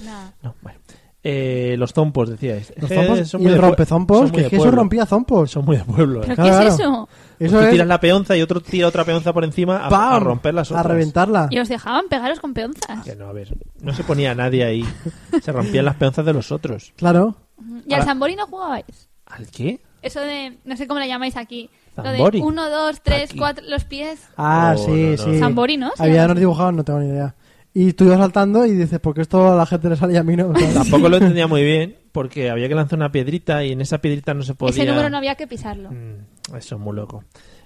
Speaker 3: Nada.
Speaker 1: No, bueno. Eh, los zompos, decíais.
Speaker 2: Los
Speaker 1: Eh,
Speaker 2: zompos
Speaker 1: son
Speaker 2: y
Speaker 1: muy
Speaker 2: el
Speaker 1: de pue- son
Speaker 2: rompezompos,
Speaker 1: muy
Speaker 2: que,
Speaker 1: de
Speaker 2: que eso
Speaker 1: pueblo.
Speaker 2: rompía zompos.
Speaker 1: Son muy de pueblo.
Speaker 3: ¿Pero
Speaker 1: ¿eh?
Speaker 3: qué
Speaker 2: Claro,
Speaker 3: es
Speaker 2: claro.
Speaker 3: eso?
Speaker 1: Pues
Speaker 2: Eso
Speaker 1: tú
Speaker 2: es,
Speaker 1: tiras la peonza y otro tira otra peonza por encima a,
Speaker 2: ¡pam!
Speaker 1: a romper las otras.
Speaker 2: A reventarla.
Speaker 3: Y os dejaban pegaros con peonzas.
Speaker 1: Que no, a ver. No se ponía nadie ahí. Se rompían las peonzas de los otros.
Speaker 2: Claro.
Speaker 1: Oh,
Speaker 3: ¿Y al
Speaker 1: Ahora-
Speaker 3: Zambori no jugabais?
Speaker 1: ¿Al qué?
Speaker 3: Eso de, no sé cómo le llamáis aquí. Lo
Speaker 1: Zambori.
Speaker 3: de uno, dos, tres,
Speaker 1: Aquí.
Speaker 3: cuatro, los pies.
Speaker 2: Ah,
Speaker 1: No,
Speaker 2: sí,
Speaker 1: no, no.
Speaker 2: sí.
Speaker 3: Zambori, ¿no? Se
Speaker 2: Había
Speaker 3: llama.
Speaker 2: unos dibujados, no tengo ni idea. Y tú ibas saltando y dices, ¿por qué esto a la gente le sale y a
Speaker 1: [laughs]
Speaker 2: mí no? O sea,
Speaker 1: Tampoco
Speaker 2: [laughs]
Speaker 1: lo entendía muy bien porque había que lanzar una piedrita y en esa piedrita no se podía.
Speaker 3: Ese número no había que pisarlo.
Speaker 1: Mm, Eso es muy loco.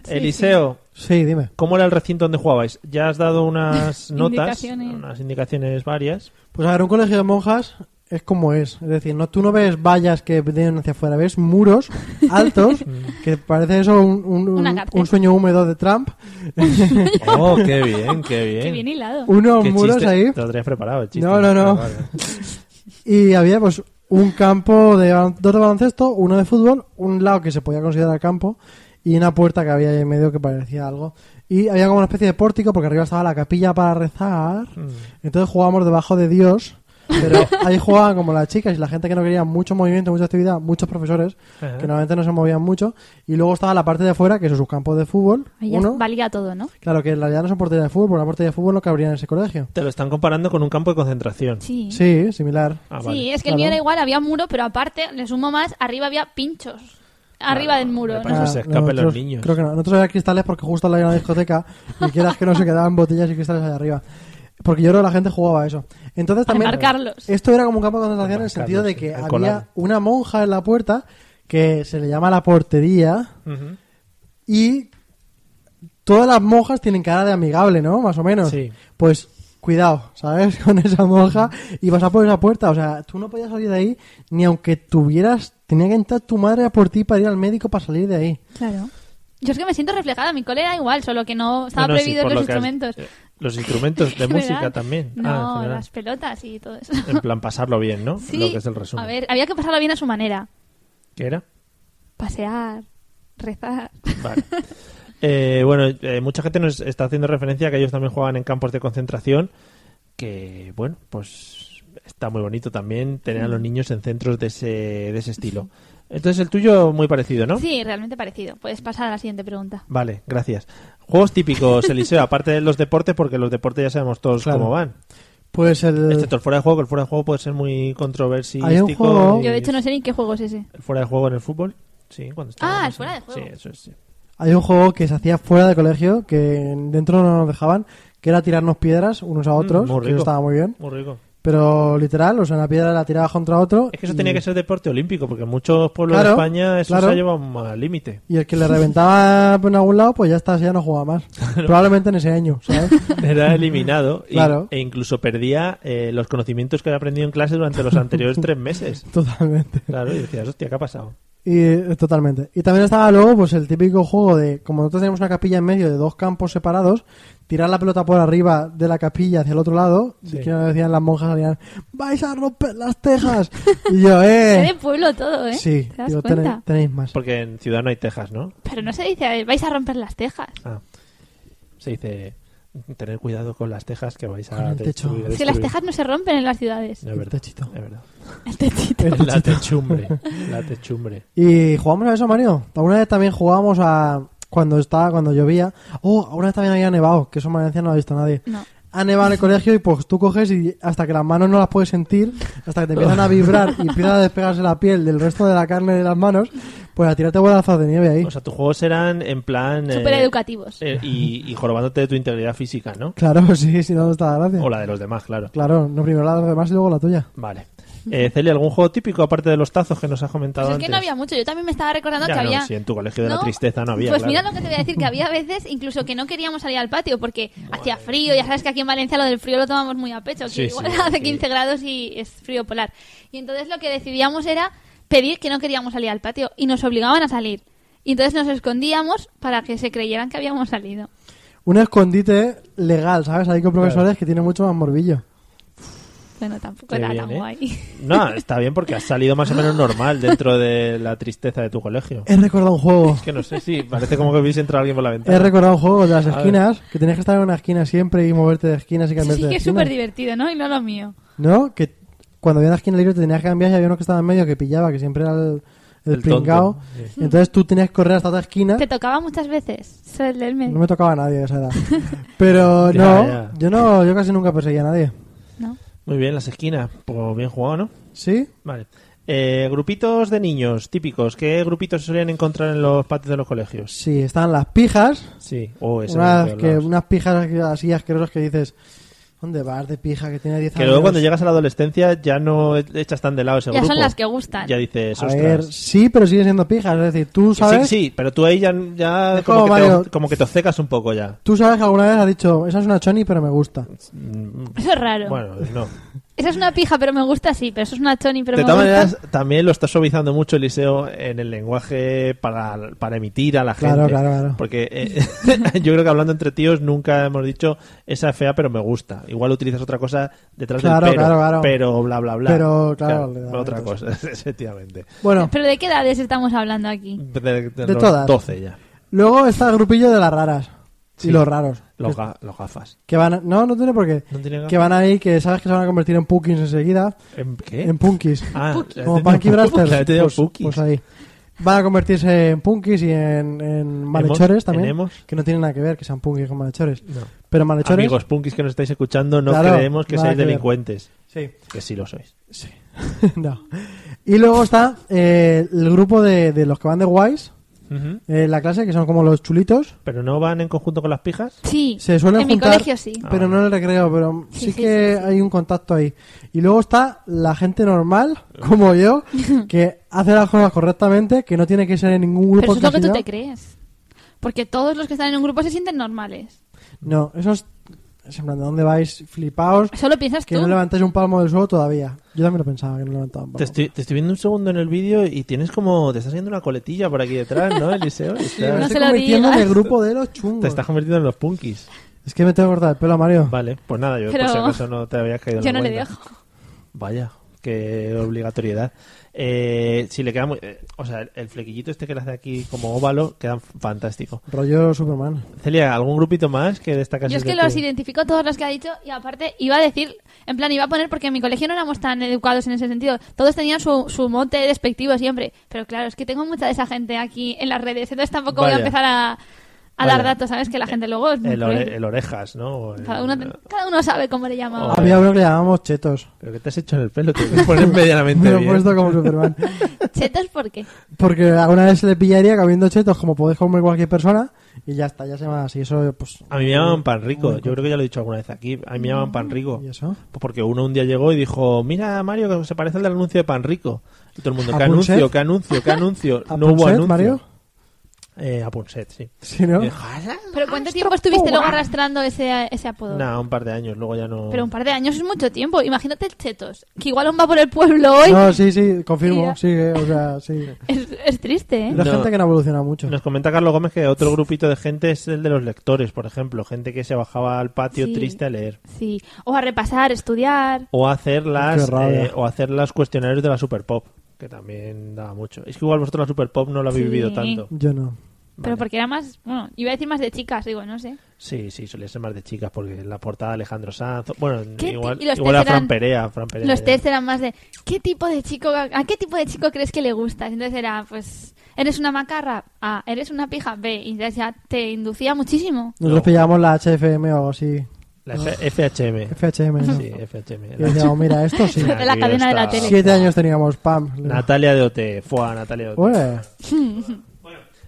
Speaker 1: Eliseo,
Speaker 2: Sí, dime.
Speaker 1: ¿cómo era el recinto donde jugabais? Ya has dado unas notas,
Speaker 3: [laughs] Indicaciones.
Speaker 1: unas indicaciones varias.
Speaker 2: Pues a ver, un colegio de monjas es como es. Es decir, no, tú no ves vallas que vienen hacia afuera,
Speaker 3: [laughs]
Speaker 2: ves muros altos,
Speaker 1: Mm.
Speaker 2: que parece eso un, un-
Speaker 3: Una
Speaker 2: un-
Speaker 3: cárcel.
Speaker 2: un sueño húmedo de Trump.
Speaker 1: Oh, qué bien, qué bien.
Speaker 3: Qué bien hilado.
Speaker 2: Unos
Speaker 1: Qué
Speaker 2: muros
Speaker 1: chiste.
Speaker 2: ahí.
Speaker 1: Te lo tenías preparado, el chiste.
Speaker 2: No, no, no.
Speaker 1: Ah, vale.
Speaker 2: [laughs] Y había pues un campo de ba- dos de baloncesto, uno de fútbol, un lado que se podía considerar campo y una puerta que había ahí en medio que parecía algo. Y había como una especie de pórtico porque arriba estaba la capilla para rezar.
Speaker 1: Mm.
Speaker 2: Entonces jugábamos debajo de Dios.
Speaker 1: [laughs]
Speaker 2: Pero ahí jugaban como las chicas y la gente que no quería mucho movimiento, mucha actividad, muchos profesores
Speaker 1: Ajá.
Speaker 2: que normalmente no se movían mucho. Y luego estaba la parte de afuera, que son sus campos de fútbol.
Speaker 3: Ahí ya
Speaker 2: Uno,
Speaker 3: valía todo, ¿no?
Speaker 2: Claro, que en realidad no son porterías de fútbol, porque la portería de fútbol no cabría en ese colegio.
Speaker 1: Te lo están comparando con un campo de concentración.
Speaker 3: Sí.
Speaker 2: Sí, similar.
Speaker 1: Ah,
Speaker 3: Sí,
Speaker 1: vale.
Speaker 3: es que el mío
Speaker 2: claro.
Speaker 3: era igual, había muro, pero aparte, le sumo más, arriba había pinchos. Arriba del muro.
Speaker 1: me
Speaker 3: ¿no?
Speaker 1: parece- que Pues se escapen los
Speaker 2: Ah, nosotros-
Speaker 1: niños.
Speaker 2: Creo que no. Nosotros había cristales porque justo al lado había una
Speaker 1: [laughs]
Speaker 2: discoteca y quieras que no se quedaban botellas y cristales allá arriba. Porque yo creo que la gente jugaba a eso. Entonces
Speaker 3: Para
Speaker 2: también.
Speaker 3: marcarlos.
Speaker 2: Esto era como un campo de concentración en el
Speaker 1: Marcarlos,
Speaker 2: sentido de
Speaker 1: sí,
Speaker 2: que
Speaker 1: el
Speaker 2: había
Speaker 1: colado.
Speaker 2: una monja en la puerta que se le llama la portería
Speaker 1: Ujú.
Speaker 2: y todas las monjas tienen cara de amigable, ¿no? Más o menos.
Speaker 1: Sí.
Speaker 2: Pues cuidado, ¿sabes? [laughs] Con esa monja y vas a por esa puerta. O sea, tú no podías salir de ahí ni aunque tuvieras... Tenía que entrar tu madre a por ti para ir al médico para salir de ahí.
Speaker 3: Claro. Yo es que me siento reflejada, mi cole era igual, solo que no estaba
Speaker 1: Bueno, sí,
Speaker 3: prohibido
Speaker 1: por
Speaker 3: los
Speaker 1: lo que has-
Speaker 3: instrumentos.
Speaker 1: eh, los instrumentos
Speaker 3: [laughs]
Speaker 1: de música
Speaker 3: ¿Verdad?
Speaker 1: también. Ah, en
Speaker 3: No,
Speaker 1: general.
Speaker 3: las pelotas y todo eso. [laughs]
Speaker 1: En plan, pasarlo bien, ¿no?
Speaker 3: Sí.
Speaker 1: Lo que es el resumen.
Speaker 3: A ver, había que pasarlo bien a su manera.
Speaker 1: ¿Qué era?
Speaker 3: Pasear, rezar.
Speaker 1: Vale. Eh, bueno, eh, mucha gente nos está haciendo referencia a que ellos también juegan en campos de concentración, que, bueno, pues está muy bonito también tener a los
Speaker 3: Mm.
Speaker 1: niños en centros de ese, de ese estilo. Entonces el tuyo muy parecido, ¿no?
Speaker 3: Sí, realmente parecido. Puedes pasar a la siguiente pregunta.
Speaker 1: Vale, gracias. Juegos típicos, Eliseo, aparte de los deportes, porque los deportes ya sabemos todos
Speaker 2: Claro.
Speaker 1: cómo van.
Speaker 2: Pues el...
Speaker 1: Excepto el fuera de juego, que el fuera de juego puede ser muy controversial.
Speaker 2: Hay un juego-
Speaker 3: Yo de hecho no sé ni qué juego es ese.
Speaker 1: ¿El fuera de juego en el fútbol? Sí, cuando está-
Speaker 3: Ah,
Speaker 1: no
Speaker 3: el
Speaker 1: sé.
Speaker 3: fuera de juego.
Speaker 1: Sí, eso es, sí.
Speaker 2: Hay un juego que se hacía fuera de colegio, que dentro no nos dejaban, que era tirarnos piedras unos a otros,
Speaker 1: Mm, muy
Speaker 2: que eso
Speaker 1: rico.
Speaker 2: estaba muy bien.
Speaker 1: Muy rico.
Speaker 2: Pero literal, o sea, una piedra la tiraba contra otro.
Speaker 1: Es que eso
Speaker 2: y-
Speaker 1: tenía que ser deporte olímpico, porque en muchos pueblos
Speaker 2: Claro,
Speaker 1: de España eso
Speaker 2: claro.
Speaker 1: se ha llevado más al límite. [laughs]
Speaker 2: Y el que le reventaba por algún lado, pues ya está, ya no jugaba
Speaker 1: [laughs]
Speaker 2: más. Probablemente en ese año, ¿sabes?
Speaker 1: Era eliminado y-
Speaker 2: Claro.
Speaker 1: e incluso perdía eh, los conocimientos que había aprendido en clase durante los anteriores tres meses.
Speaker 2: Totalmente.
Speaker 1: Claro, y decías, hostia, ¿qué ha pasado?
Speaker 2: Y eh, totalmente. Y también estaba luego, pues el típico juego de, como nosotros tenemos una capilla en medio de dos campos separados, tirar la pelota por arriba de la capilla hacia el otro lado,
Speaker 1: Sí.
Speaker 2: y que nos decían las monjas, salían, vais a romper las tejas. y
Speaker 3: [laughs]
Speaker 2: yo,
Speaker 3: Es
Speaker 2: eh.
Speaker 3: de pueblo todo, ¿eh?
Speaker 2: Sí,
Speaker 3: ¿Te das
Speaker 2: digo,
Speaker 3: cuenta?
Speaker 2: tenéis, tenéis más.
Speaker 1: Porque en Ciudad no hay tejas, ¿no?
Speaker 3: Pero no se dice, vais a romper las tejas.
Speaker 1: Ah, se dice, tener cuidado con las tejas que vais a
Speaker 2: Con el techo.
Speaker 1: destruir,
Speaker 3: Es que las
Speaker 1: destruir".
Speaker 3: tejas no se rompen en las ciudades. Este
Speaker 1: No, es
Speaker 2: El
Speaker 1: verdad,
Speaker 2: techito.
Speaker 1: es verdad.
Speaker 3: El techito.
Speaker 2: El
Speaker 1: La
Speaker 2: [laughs]
Speaker 1: techumbre, la techumbre.
Speaker 2: Y jugamos a eso, Mario. Alguna vez también jugábamos a cuando estaba, cuando llovía. Oh, alguna vez también había nevado, que eso en Valencia no lo ha visto nadie.
Speaker 3: No.
Speaker 2: Ha nevado en el colegio y pues tú coges y hasta que las manos no las puedes sentir, hasta que te empiezan a vibrar y empieza a despegarse la piel del resto de la carne de las manos, pues a tirarte bolazos de nieve ahí.
Speaker 1: O sea, tus juegos eran en plan... eh,
Speaker 3: Súper educativos.
Speaker 1: eh, y, y jorobándote de tu integridad física, ¿no?
Speaker 2: Claro, [laughs] sí, si no, no está la gracia.
Speaker 1: O la de los demás, claro.
Speaker 2: Claro, no primero la de los demás y luego la tuya.
Speaker 1: Vale. Eh, Celia, ¿algún juego típico aparte de los tazos que nos has comentado
Speaker 3: Pues es
Speaker 1: antes?
Speaker 3: que no había mucho. Yo también me estaba recordando
Speaker 1: Ya,
Speaker 3: que
Speaker 1: no,
Speaker 3: había.
Speaker 1: si en tu colegio de la tristeza no había,
Speaker 3: Pues
Speaker 1: claro.
Speaker 3: mira lo que te voy a decir: que había veces incluso que no queríamos salir al patio porque hacía frío. Ya sabes que aquí en Valencia lo del frío lo tomamos muy a pecho. Que
Speaker 1: Sí,
Speaker 3: igual [laughs]
Speaker 1: sí,
Speaker 3: hace
Speaker 1: sí.
Speaker 3: 15 grados y es frío polar. Y entonces lo que decidíamos era pedir que no queríamos salir al patio y nos obligaban a salir. Y entonces nos escondíamos para que se creyeran que habíamos salido.
Speaker 2: Un escondite legal, ¿sabes? Ahí con profesores que tiene mucho más morbillo.
Speaker 3: Bueno, tampoco
Speaker 1: Qué
Speaker 3: era
Speaker 1: bien,
Speaker 3: tan
Speaker 1: ¿eh?
Speaker 3: [laughs] guay.
Speaker 1: No, está bien porque has salido más o menos normal dentro de la tristeza de tu colegio.
Speaker 2: He recordado un juego.
Speaker 1: Es que no sé si parece como que hubiese entrado alguien por la
Speaker 2: He
Speaker 1: ventana.
Speaker 2: recordado un juego de las
Speaker 1: ver.
Speaker 2: esquinas, que tenías que estar en una esquina siempre y moverte de esquinas y
Speaker 3: Eso sí
Speaker 2: cambiarte
Speaker 3: que
Speaker 2: de
Speaker 3: es
Speaker 2: esquina.
Speaker 3: súper divertido, ¿no? Y no lo mío.
Speaker 2: ¿No? Que cuando había una esquina libre te tenías que cambiar y había uno que estaba en medio que pillaba, que siempre era el, el,
Speaker 1: El tonto,
Speaker 2: pringao. Entonces tú tenías que correr hasta otra esquina.
Speaker 3: ¿Te tocaba muchas veces? Eso es del medio,
Speaker 2: ¿Ah? No me tocaba a nadie a esa edad. Pero
Speaker 1: Ya,
Speaker 2: no,
Speaker 1: ya.
Speaker 2: yo no, yo casi nunca perseguía a nadie.
Speaker 3: ¿no?
Speaker 1: Muy bien, las esquinas. Pues bien jugado, ¿no?
Speaker 2: ¿Sí?
Speaker 1: Vale. Eh, grupitos de niños típicos. ¿Qué grupitos se solían encontrar en los patios de los colegios?
Speaker 2: Sí, estaban las pijas.
Speaker 1: Sí. Oh, ese me
Speaker 2: Unas,
Speaker 1: acuerdo,
Speaker 2: que,
Speaker 1: los-
Speaker 2: unas pijas así asquerosas que dices, ¿dónde vas de pija que tiene 10
Speaker 1: Que
Speaker 2: años?
Speaker 1: luego cuando llegas a la adolescencia ya no echas tan de lado ese
Speaker 3: Ya
Speaker 1: grupo.
Speaker 3: son las que gustan.
Speaker 1: Ya dices,
Speaker 2: A ver,
Speaker 1: ostras.
Speaker 2: sí, pero siguen siendo pijas. Es decir, tú
Speaker 1: Sí,
Speaker 2: sabes...
Speaker 1: sí, pero tú ahí ya, ya
Speaker 2: Es
Speaker 1: como,
Speaker 2: como
Speaker 1: que te,
Speaker 2: Mario.
Speaker 1: como que te obcecas un poco ya.
Speaker 2: Tú sabes que alguna vez has dicho, esa es una choni, pero me gusta.
Speaker 1: Mm,
Speaker 3: Eso es raro.
Speaker 1: Bueno, no.
Speaker 3: Esa es una pija, pero me gusta así. Pero eso es una choni, pero
Speaker 1: de
Speaker 3: me
Speaker 1: todas
Speaker 3: gusta.
Speaker 1: maneras, también lo está suavizando mucho Eliseo en el lenguaje para, para emitir a la
Speaker 2: Claro,
Speaker 1: gente.
Speaker 2: claro, claro.
Speaker 1: Porque eh, [laughs] yo creo que hablando entre tíos nunca hemos dicho esa es fea, pero me gusta. Igual utilizas otra cosa detrás
Speaker 2: Claro,
Speaker 1: del pero,
Speaker 2: claro, claro.
Speaker 1: pero bla, bla, bla.
Speaker 2: Pero, claro, le da
Speaker 1: otra
Speaker 2: momentos.
Speaker 1: cosa, [laughs] efectivamente.
Speaker 2: Bueno,
Speaker 3: Pero ¿de qué edades estamos hablando aquí?
Speaker 1: De, de
Speaker 2: De
Speaker 1: los
Speaker 2: todas.
Speaker 1: 12 ya.
Speaker 2: luego está el grupillo de las raras.
Speaker 1: Sí.
Speaker 2: Y los raros.
Speaker 1: Los,
Speaker 2: que,
Speaker 1: ga- los gafas.
Speaker 2: que van a- No, no tiene por qué.
Speaker 1: ¿No tiene
Speaker 2: Que
Speaker 1: gafas?
Speaker 2: van ahí, que sabes que se van a convertir en pukins enseguida.
Speaker 1: ¿En qué?
Speaker 2: En punkis.
Speaker 1: Ah, la
Speaker 2: Como
Speaker 1: he tenido
Speaker 2: Punky
Speaker 1: pu-
Speaker 2: Brasters.
Speaker 1: la he tenido
Speaker 2: pues,
Speaker 1: pukis.
Speaker 2: pues ahí. Van a convertirse en punkis y en, en malhechores también.
Speaker 1: en emos.
Speaker 2: Que no tienen nada que ver que sean punkis con malhechores.
Speaker 1: No.
Speaker 2: Pero malhechores.
Speaker 1: Amigos punkis que nos estáis escuchando, no
Speaker 2: Claro,
Speaker 1: creemos que
Speaker 2: nada
Speaker 1: seáis
Speaker 2: que ver.
Speaker 1: delincuentes.
Speaker 2: Sí. [laughs]
Speaker 1: Que sí lo sois.
Speaker 2: Sí. no. Y luego está eh, el grupo de, de los que van de guays.
Speaker 1: Ujú.
Speaker 2: eh, la clase, que son como los chulitos.
Speaker 1: ¿Pero no van en conjunto con las pijas?
Speaker 3: Sí.
Speaker 2: Se suelen
Speaker 3: en
Speaker 2: juntar,
Speaker 3: mi colegio sí.
Speaker 2: Pero no en el recreo, pero sí,
Speaker 3: Ah, Sí, sí,
Speaker 2: que
Speaker 3: sí, sí.
Speaker 2: hay un contacto ahí. Y luego está la gente
Speaker 3: [laughs]
Speaker 2: normal, como yo, que hace las cosas correctamente, que no tiene que ser en ningún grupo
Speaker 3: Pero eso es lo que tú
Speaker 2: encasillado.
Speaker 3: te crees. Porque todos los que están en un grupo se sienten normales.
Speaker 2: No, eso es, es en plan, ¿de dónde vais? Flipaos,
Speaker 3: Eso lo piensas
Speaker 2: que
Speaker 3: tú.
Speaker 2: no levantáis un palmo del suelo todavía. Yo también lo pensaba, que no levantaba un palmo.
Speaker 1: Te estoy, te estoy viendo un segundo en el vídeo y tienes como. Te estás haciendo una coletilla por aquí detrás, [laughs] ¿no, Eliseo? Y
Speaker 2: Me
Speaker 1: estás-
Speaker 3: no
Speaker 2: estoy
Speaker 3: se lo
Speaker 2: convirtiendo en
Speaker 3: digas.
Speaker 2: el grupo de los chungos.
Speaker 1: Te estás convirtiendo en los punkis.
Speaker 2: Es que me tengo que cortar el pelo, Mario.
Speaker 1: Vale, pues nada, yo
Speaker 3: Pero-
Speaker 1: por si acaso no te habías caído en
Speaker 3: Yo
Speaker 1: la
Speaker 3: no le
Speaker 1: cuenta.
Speaker 3: dejo.
Speaker 1: Vaya, qué obligatoriedad. Eh, si le queda muy. eh, o sea, el, el flequillito este que le hace aquí como óvalo queda fantástico.
Speaker 2: Rollo Superman.
Speaker 1: Celia, ¿algún grupito más que destacas?
Speaker 3: Yo es que
Speaker 1: desde
Speaker 3: los
Speaker 1: tu-
Speaker 3: identifico todos los que ha dicho y aparte iba a decir, en plan iba a poner porque en mi colegio no éramos tan educados en ese sentido. Todos tenían su, su mote despectivo siempre. Pero claro, es que tengo mucha de esa gente aquí en las redes, entonces tampoco voy
Speaker 1: Vaya.
Speaker 3: a empezar a, a
Speaker 1: Vaya.
Speaker 3: dar datos, ¿sabes? Que la gente luego es muy
Speaker 1: El, ore-
Speaker 3: cruel.
Speaker 1: el orejas, ¿no? Oh. O el-
Speaker 3: cada, uno, te- cada uno sabe cómo le llamaba.
Speaker 1: Joder.
Speaker 2: Había uno que le llamábamos Chetos.
Speaker 1: ¿Pero qué te has hecho en el pelo?
Speaker 3: [laughs]
Speaker 1: Que me pones medianamente
Speaker 2: Me lo he
Speaker 1: bien.
Speaker 2: puesto como Superman.
Speaker 3: Chetos, ¿por qué?
Speaker 2: Porque alguna vez se le pillaría comiendo chetos como podéis comer cualquier persona y ya está, ya se llama así. Eso, pues.
Speaker 1: A mí me llaman pan rico. Yo creo que ya lo he dicho alguna vez aquí. A mí me llaman
Speaker 2: Mm,
Speaker 1: pan rico.
Speaker 2: ¿Y eso?
Speaker 1: Pues porque uno un día llegó y dijo, mira Mario, que se parece al del anuncio de pan rico. Y todo el mundo, ¿qué
Speaker 2: ¿Apunset?
Speaker 1: anuncio? ¿Qué anuncio? ¿Qué anuncio?
Speaker 2: [laughs] ¿A
Speaker 1: No hubo
Speaker 2: Punset,
Speaker 1: anuncio.
Speaker 2: Mario?
Speaker 1: Eh, a Punset, sí.
Speaker 2: Sí, ¿no?
Speaker 1: Y dijo, "Ala".
Speaker 3: ¿Pero cuánto tiempo estuviste luego arrastrando ese, ese
Speaker 2: Ah.
Speaker 3: apodo?
Speaker 1: Nah, un par de años, luego ya no...
Speaker 3: Pero un par de años es mucho tiempo. Imagínate el Chetos, que igual aún va por el pueblo hoy.
Speaker 2: No, sí, sí, confirmo.
Speaker 3: Mira.
Speaker 2: Sí, eh, o sea, sí.
Speaker 3: Es, es triste, ¿eh?
Speaker 2: La
Speaker 1: No.
Speaker 2: gente que no evoluciona mucho.
Speaker 1: Nos comenta Carlos Gómez que otro grupito de gente es el de los lectores, por ejemplo. Gente que se bajaba al patio
Speaker 3: Sí.
Speaker 1: triste a leer.
Speaker 3: Sí. O a repasar, estudiar.
Speaker 1: O hacer las,
Speaker 2: Qué rabia.
Speaker 1: eh, o hacer las cuestionarios de la Super Pop, que también daba mucho. Es que igual vosotros la Super Pop no la habéis
Speaker 3: Sí.
Speaker 1: vivido tanto.
Speaker 2: Yo no.
Speaker 3: Pero
Speaker 1: Vale.
Speaker 3: porque era más, bueno, iba a decir más de chicas, digo, no sé.
Speaker 1: Sí, sí, solía ser más de chicas, porque en la portada de Alejandro Sanz. Bueno,
Speaker 3: ¿Qué
Speaker 1: igual,
Speaker 3: ti- y los
Speaker 1: igual a
Speaker 3: test
Speaker 1: Fran
Speaker 3: eran-
Speaker 1: Perea. Fran Perea,
Speaker 3: Los
Speaker 1: ya.
Speaker 3: test eran más de ¿qué tipo de chico a qué tipo de chico crees que le gustas? Entonces era pues eres una macarra, A, eres una pija, B, y entonces ya te inducía muchísimo.
Speaker 2: Nosotros
Speaker 1: No.
Speaker 2: pillábamos la HFM o algo así.
Speaker 1: La F- FHM.
Speaker 2: FHM, ¿no?
Speaker 1: Sí, FHM.
Speaker 2: Y decíamos, mira, esto sí.
Speaker 3: Nah. la cadena de la tele.
Speaker 2: Siete años teníamos PAM.
Speaker 1: Natalia de Ote. Fue a Natalia de Ote.
Speaker 2: Ué,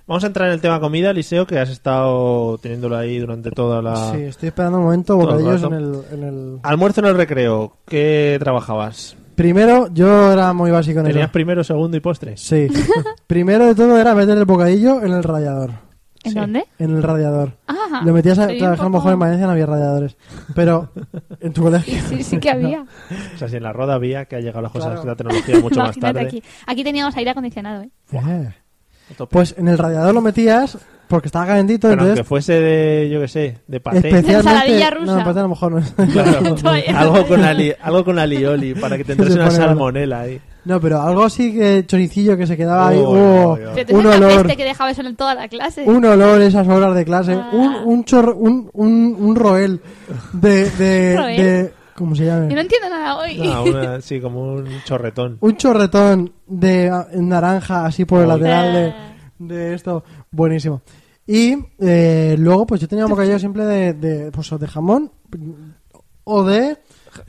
Speaker 1: Vamos a entrar en el tema comida, Eliseo, que has estado teniéndolo ahí durante toda la.
Speaker 2: sí, estoy esperando un momento,
Speaker 1: Ah. Todo el
Speaker 2: bocadillos en
Speaker 1: rato.
Speaker 2: el, en el.
Speaker 1: Almuerzo en el recreo. ¿Qué trabajabas?
Speaker 2: Primero, yo era muy básico en
Speaker 1: ¿Tenías
Speaker 2: eso.
Speaker 1: primero, segundo y postres?
Speaker 2: Sí. [laughs] Primero de todo era meter el bocadillo en el radiador.
Speaker 3: ¿En
Speaker 1: Sí.
Speaker 3: dónde?
Speaker 2: En el radiador.
Speaker 3: Ah,
Speaker 2: Lo metías a,
Speaker 3: soy un
Speaker 2: claro, es que a lo
Speaker 3: poco-
Speaker 2: mejor en Valencia no había radiadores. Pero en tu colegio.
Speaker 3: [laughs] Sí, sí que
Speaker 2: [laughs]
Speaker 3: había.
Speaker 1: O sea, si en la roda había que ha llegado las cosas
Speaker 2: Claro.
Speaker 1: de la tecnología mucho más
Speaker 3: Imagínate
Speaker 1: tarde.
Speaker 3: aquí. Aquí teníamos aire acondicionado, ¿eh?
Speaker 2: Eh.
Speaker 1: A tope.
Speaker 2: Pues en el radiador lo metías porque estaba calentito.
Speaker 1: Pero aunque
Speaker 2: entonces,
Speaker 1: fuese de, yo qué sé, de paté.
Speaker 2: especialmente.
Speaker 3: Ensaladilla
Speaker 2: No,
Speaker 3: rusa.
Speaker 2: paté a lo mejor no. [laughs] es.
Speaker 1: Claro.
Speaker 3: Todavía.
Speaker 1: algo, con ali, algo con alioli para que te entres
Speaker 2: Se
Speaker 1: una
Speaker 2: pone malo.
Speaker 1: salmonela ahí.
Speaker 2: No, pero algo así que choricillo que se quedaba ahí.
Speaker 1: Uy,
Speaker 2: oh,
Speaker 1: uy, uy.
Speaker 3: Pero tú
Speaker 2: un
Speaker 3: eres la
Speaker 2: olor.
Speaker 3: peste que dejaba eso en toda la clase.
Speaker 2: Un olor esas horas de clase.
Speaker 3: Ah.
Speaker 2: Un, un, chorro- un, un, un roel de.
Speaker 3: [laughs]
Speaker 2: de,
Speaker 3: ¿Roel?
Speaker 2: de- ¿Cómo se llama?
Speaker 3: Yo no entiendo nada hoy.
Speaker 1: No, una- sí, como un chorretón.
Speaker 2: Un chorretón de ah, naranja así por el
Speaker 1: Uy.
Speaker 2: lateral de, de esto. Buenísimo. Y eh, luego, pues yo tenía un bocadillo siempre de, de, pues, o de jamón o de.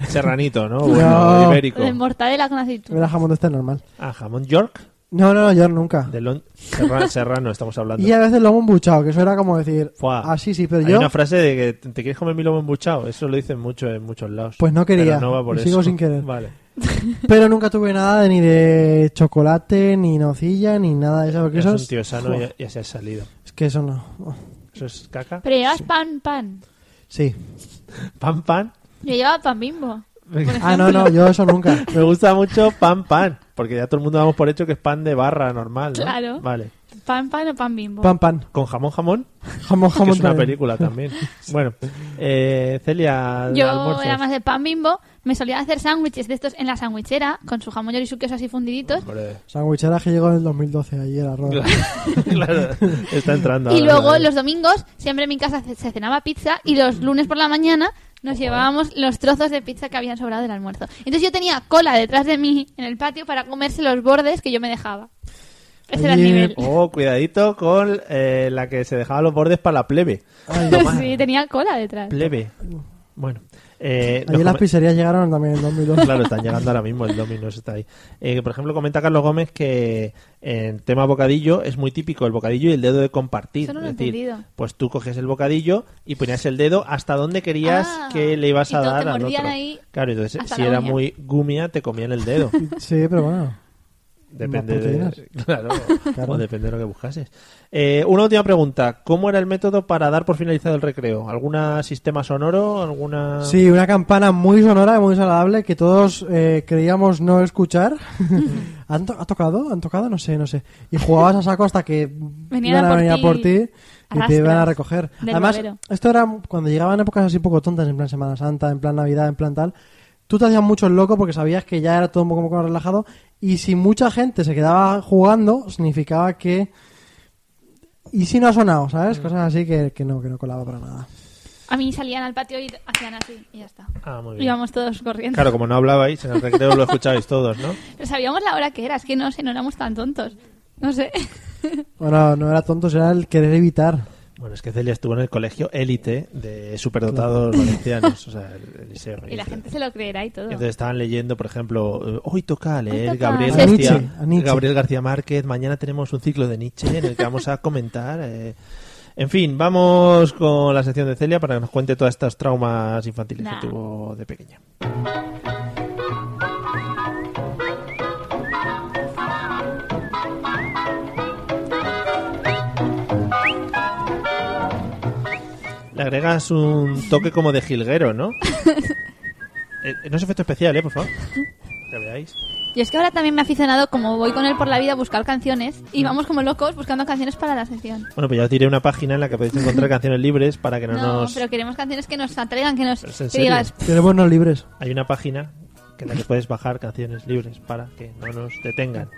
Speaker 1: Serranito, ¿no?
Speaker 2: No.
Speaker 1: Bueno,
Speaker 3: [laughs]
Speaker 1: ibérico.
Speaker 3: De mortadela con aceituna.
Speaker 2: Era jamón de este normal.
Speaker 1: Ah, jamón York.
Speaker 2: No, no, yo nunca.
Speaker 1: De Lon- Serra- Serrano estamos hablando.
Speaker 2: Y a veces lomo embuchado, que eso era como decir.
Speaker 1: Fuá.
Speaker 2: Así sí, pero
Speaker 1: Hay
Speaker 2: yo.
Speaker 1: una frase de que te te quieres comer mi lomo embuchado. Eso lo dicen mucho en muchos lados.
Speaker 2: Pues no quería,
Speaker 1: Pero no va por
Speaker 2: y sigo
Speaker 1: eso.
Speaker 2: sin querer.
Speaker 1: Vale.
Speaker 2: [laughs] Pero nunca tuve nada de, ni de chocolate, ni nocilla, ni nada de eso. Porque
Speaker 1: Es
Speaker 2: eso
Speaker 1: un
Speaker 2: es-
Speaker 1: tío sano
Speaker 2: Uf,
Speaker 1: y ya se ha salido.
Speaker 2: Es que eso no. Uf,
Speaker 1: Eso es caca.
Speaker 3: Pero llevabas pan, pan.
Speaker 2: Sí.
Speaker 1: Pan, pan.
Speaker 3: Yo llevaba pan bimbo.
Speaker 2: Ah, no, no, yo eso nunca.
Speaker 1: Me gusta mucho pan pan, porque ya todo el mundo damos por hecho que es pan de barra normal. ¿no?
Speaker 3: Claro.
Speaker 1: Vale.
Speaker 3: Pan pan o pan bimbo.
Speaker 2: Pan, pan.
Speaker 1: Con jamón jamón,
Speaker 2: Jamón,
Speaker 1: que
Speaker 2: jamón.
Speaker 1: es una
Speaker 2: también.
Speaker 1: película también. Bueno, eh, Celia,
Speaker 3: Yo
Speaker 1: almuerzos.
Speaker 3: era más de pan bimbo, me solía hacer sándwiches de estos en la sandwichera, con su jamón y su queso así fundiditos.
Speaker 1: Hombre,
Speaker 2: Sandwichera que llegó en el 2012, allí era roda.
Speaker 1: [laughs] claro, está entrando.
Speaker 3: [laughs] y
Speaker 1: ahora,
Speaker 3: luego
Speaker 1: ¿vale?
Speaker 3: los domingos, siempre en mi casa se, se cenaba pizza y los lunes por la mañana nos
Speaker 1: eh.
Speaker 3: llevábamos los trozos de pizza que habían sobrado del almuerzo. Entonces yo tenía cola detrás de mí en el patio para comerse los bordes que yo me dejaba. Ese era el
Speaker 2: Oye,
Speaker 3: nivel.
Speaker 1: Oh, cuidadito con eh, la que se dejaba los bordes para la plebe.
Speaker 3: [laughs] sí, tenía cola detrás.
Speaker 1: Plebe. Bueno. Eh, nos
Speaker 2: Allí las
Speaker 1: come-
Speaker 2: pizzerías llegaron también en 2012.
Speaker 1: Claro, están llegando ahora mismo, el Domino's está ahí. Eh, por ejemplo, comenta Carlos Gómez que en tema bocadillo es muy típico el bocadillo y el dedo de compartir.
Speaker 3: Eso no lo
Speaker 1: es
Speaker 3: he
Speaker 1: decir,
Speaker 3: entendido.
Speaker 1: pues tú coges el bocadillo y ponías el dedo hasta donde querías
Speaker 3: Ah,
Speaker 1: que le ibas
Speaker 3: y
Speaker 1: a
Speaker 3: todos te
Speaker 1: dar al
Speaker 3: mordían
Speaker 1: otro.
Speaker 3: ahí
Speaker 1: claro, entonces
Speaker 3: hasta
Speaker 1: si
Speaker 3: la
Speaker 1: era
Speaker 3: uña.
Speaker 1: muy gumia te comían el
Speaker 3: [laughs]
Speaker 1: dedo.
Speaker 2: Sí, pero bueno.
Speaker 1: Depende
Speaker 2: Más
Speaker 1: de, [laughs] claro,
Speaker 2: Claro.
Speaker 1: O depende de lo que buscases. Eh, una última pregunta. ¿Cómo era el método para dar por finalizado el recreo? ¿Algún sistema sonoro? ¿Alguna...?
Speaker 2: Sí, una campana muy sonora y muy agradable que todos eh, creíamos no
Speaker 3: [laughs]
Speaker 2: escuchar. ¿Han to- ¿Ha tocado? ¿Han tocado? No sé, no sé. Y jugabas a saco hasta que
Speaker 3: Venían a
Speaker 2: iban a
Speaker 3: por
Speaker 2: venir a
Speaker 3: ti.
Speaker 2: por ti y te
Speaker 3: Arrastras
Speaker 2: iban a recoger.
Speaker 3: del
Speaker 2: Además,
Speaker 3: babero.
Speaker 2: esto era cuando llegaban épocas así poco tontas, en plan Semana Santa, en plan Navidad, en plan tal. Tú te hacías mucho el loco porque sabías que ya era todo un poco, un poco más relajado. Y si mucha gente se quedaba jugando, significaba que. Y si no ha sonado,
Speaker 3: Mm.
Speaker 2: ¿sabes? Cosas así que, que no, que no colaba para nada.
Speaker 3: A mí salían al patio y hacían así y ya está.
Speaker 1: Ah, muy bien.
Speaker 3: Íbamos todos corriendo.
Speaker 1: Claro, como no hablabais, en el recreo lo escuchabais todos,
Speaker 2: [laughs]
Speaker 1: ¿no?
Speaker 3: Pero sabíamos la hora que era, es que no sé, no éramos tan tontos. No sé.
Speaker 2: Bueno, no era tonto, era el querer evitar.
Speaker 1: Bueno, es que Celia estuvo en el colegio élite de superdotados valencianos, o sea,
Speaker 3: [laughs]
Speaker 1: el, el liceo.
Speaker 3: Y la gente se lo creerá y todo.
Speaker 1: Entonces estaban leyendo, por ejemplo, eh, hoy toca leer
Speaker 3: toca.
Speaker 1: Gabriel,
Speaker 3: A
Speaker 1: García,
Speaker 2: Nietzsche, a Nietzsche.
Speaker 1: Gabriel García Márquez, mañana tenemos un ciclo de Nietzsche en el que vamos a comentar... eh. En fin, vamos con la sección de Celia para que nos cuente todas estas traumas infantiles
Speaker 3: Nah.
Speaker 1: que tuvo de pequeña. Le agregas un toque como de jilguero,
Speaker 3: [laughs]
Speaker 1: ¿no? Eh, no es efecto especial, ¿eh? Por favor. Que veáis.
Speaker 3: Y es que ahora también me he aficionado, como voy con él por la vida a buscar canciones, y
Speaker 1: Mm.
Speaker 3: vamos como locos buscando canciones para la sección.
Speaker 1: Bueno, pues ya os diré una página en la que podéis encontrar canciones libres para que no,
Speaker 3: No,
Speaker 1: nos...
Speaker 3: pero queremos canciones que nos atraigan, que nos
Speaker 1: ¿Pero es en
Speaker 3: que digas,
Speaker 2: Queremos no libres.
Speaker 1: Hay una página que en la que puedes bajar canciones libres para que no nos
Speaker 3: [laughs]
Speaker 1: detengan.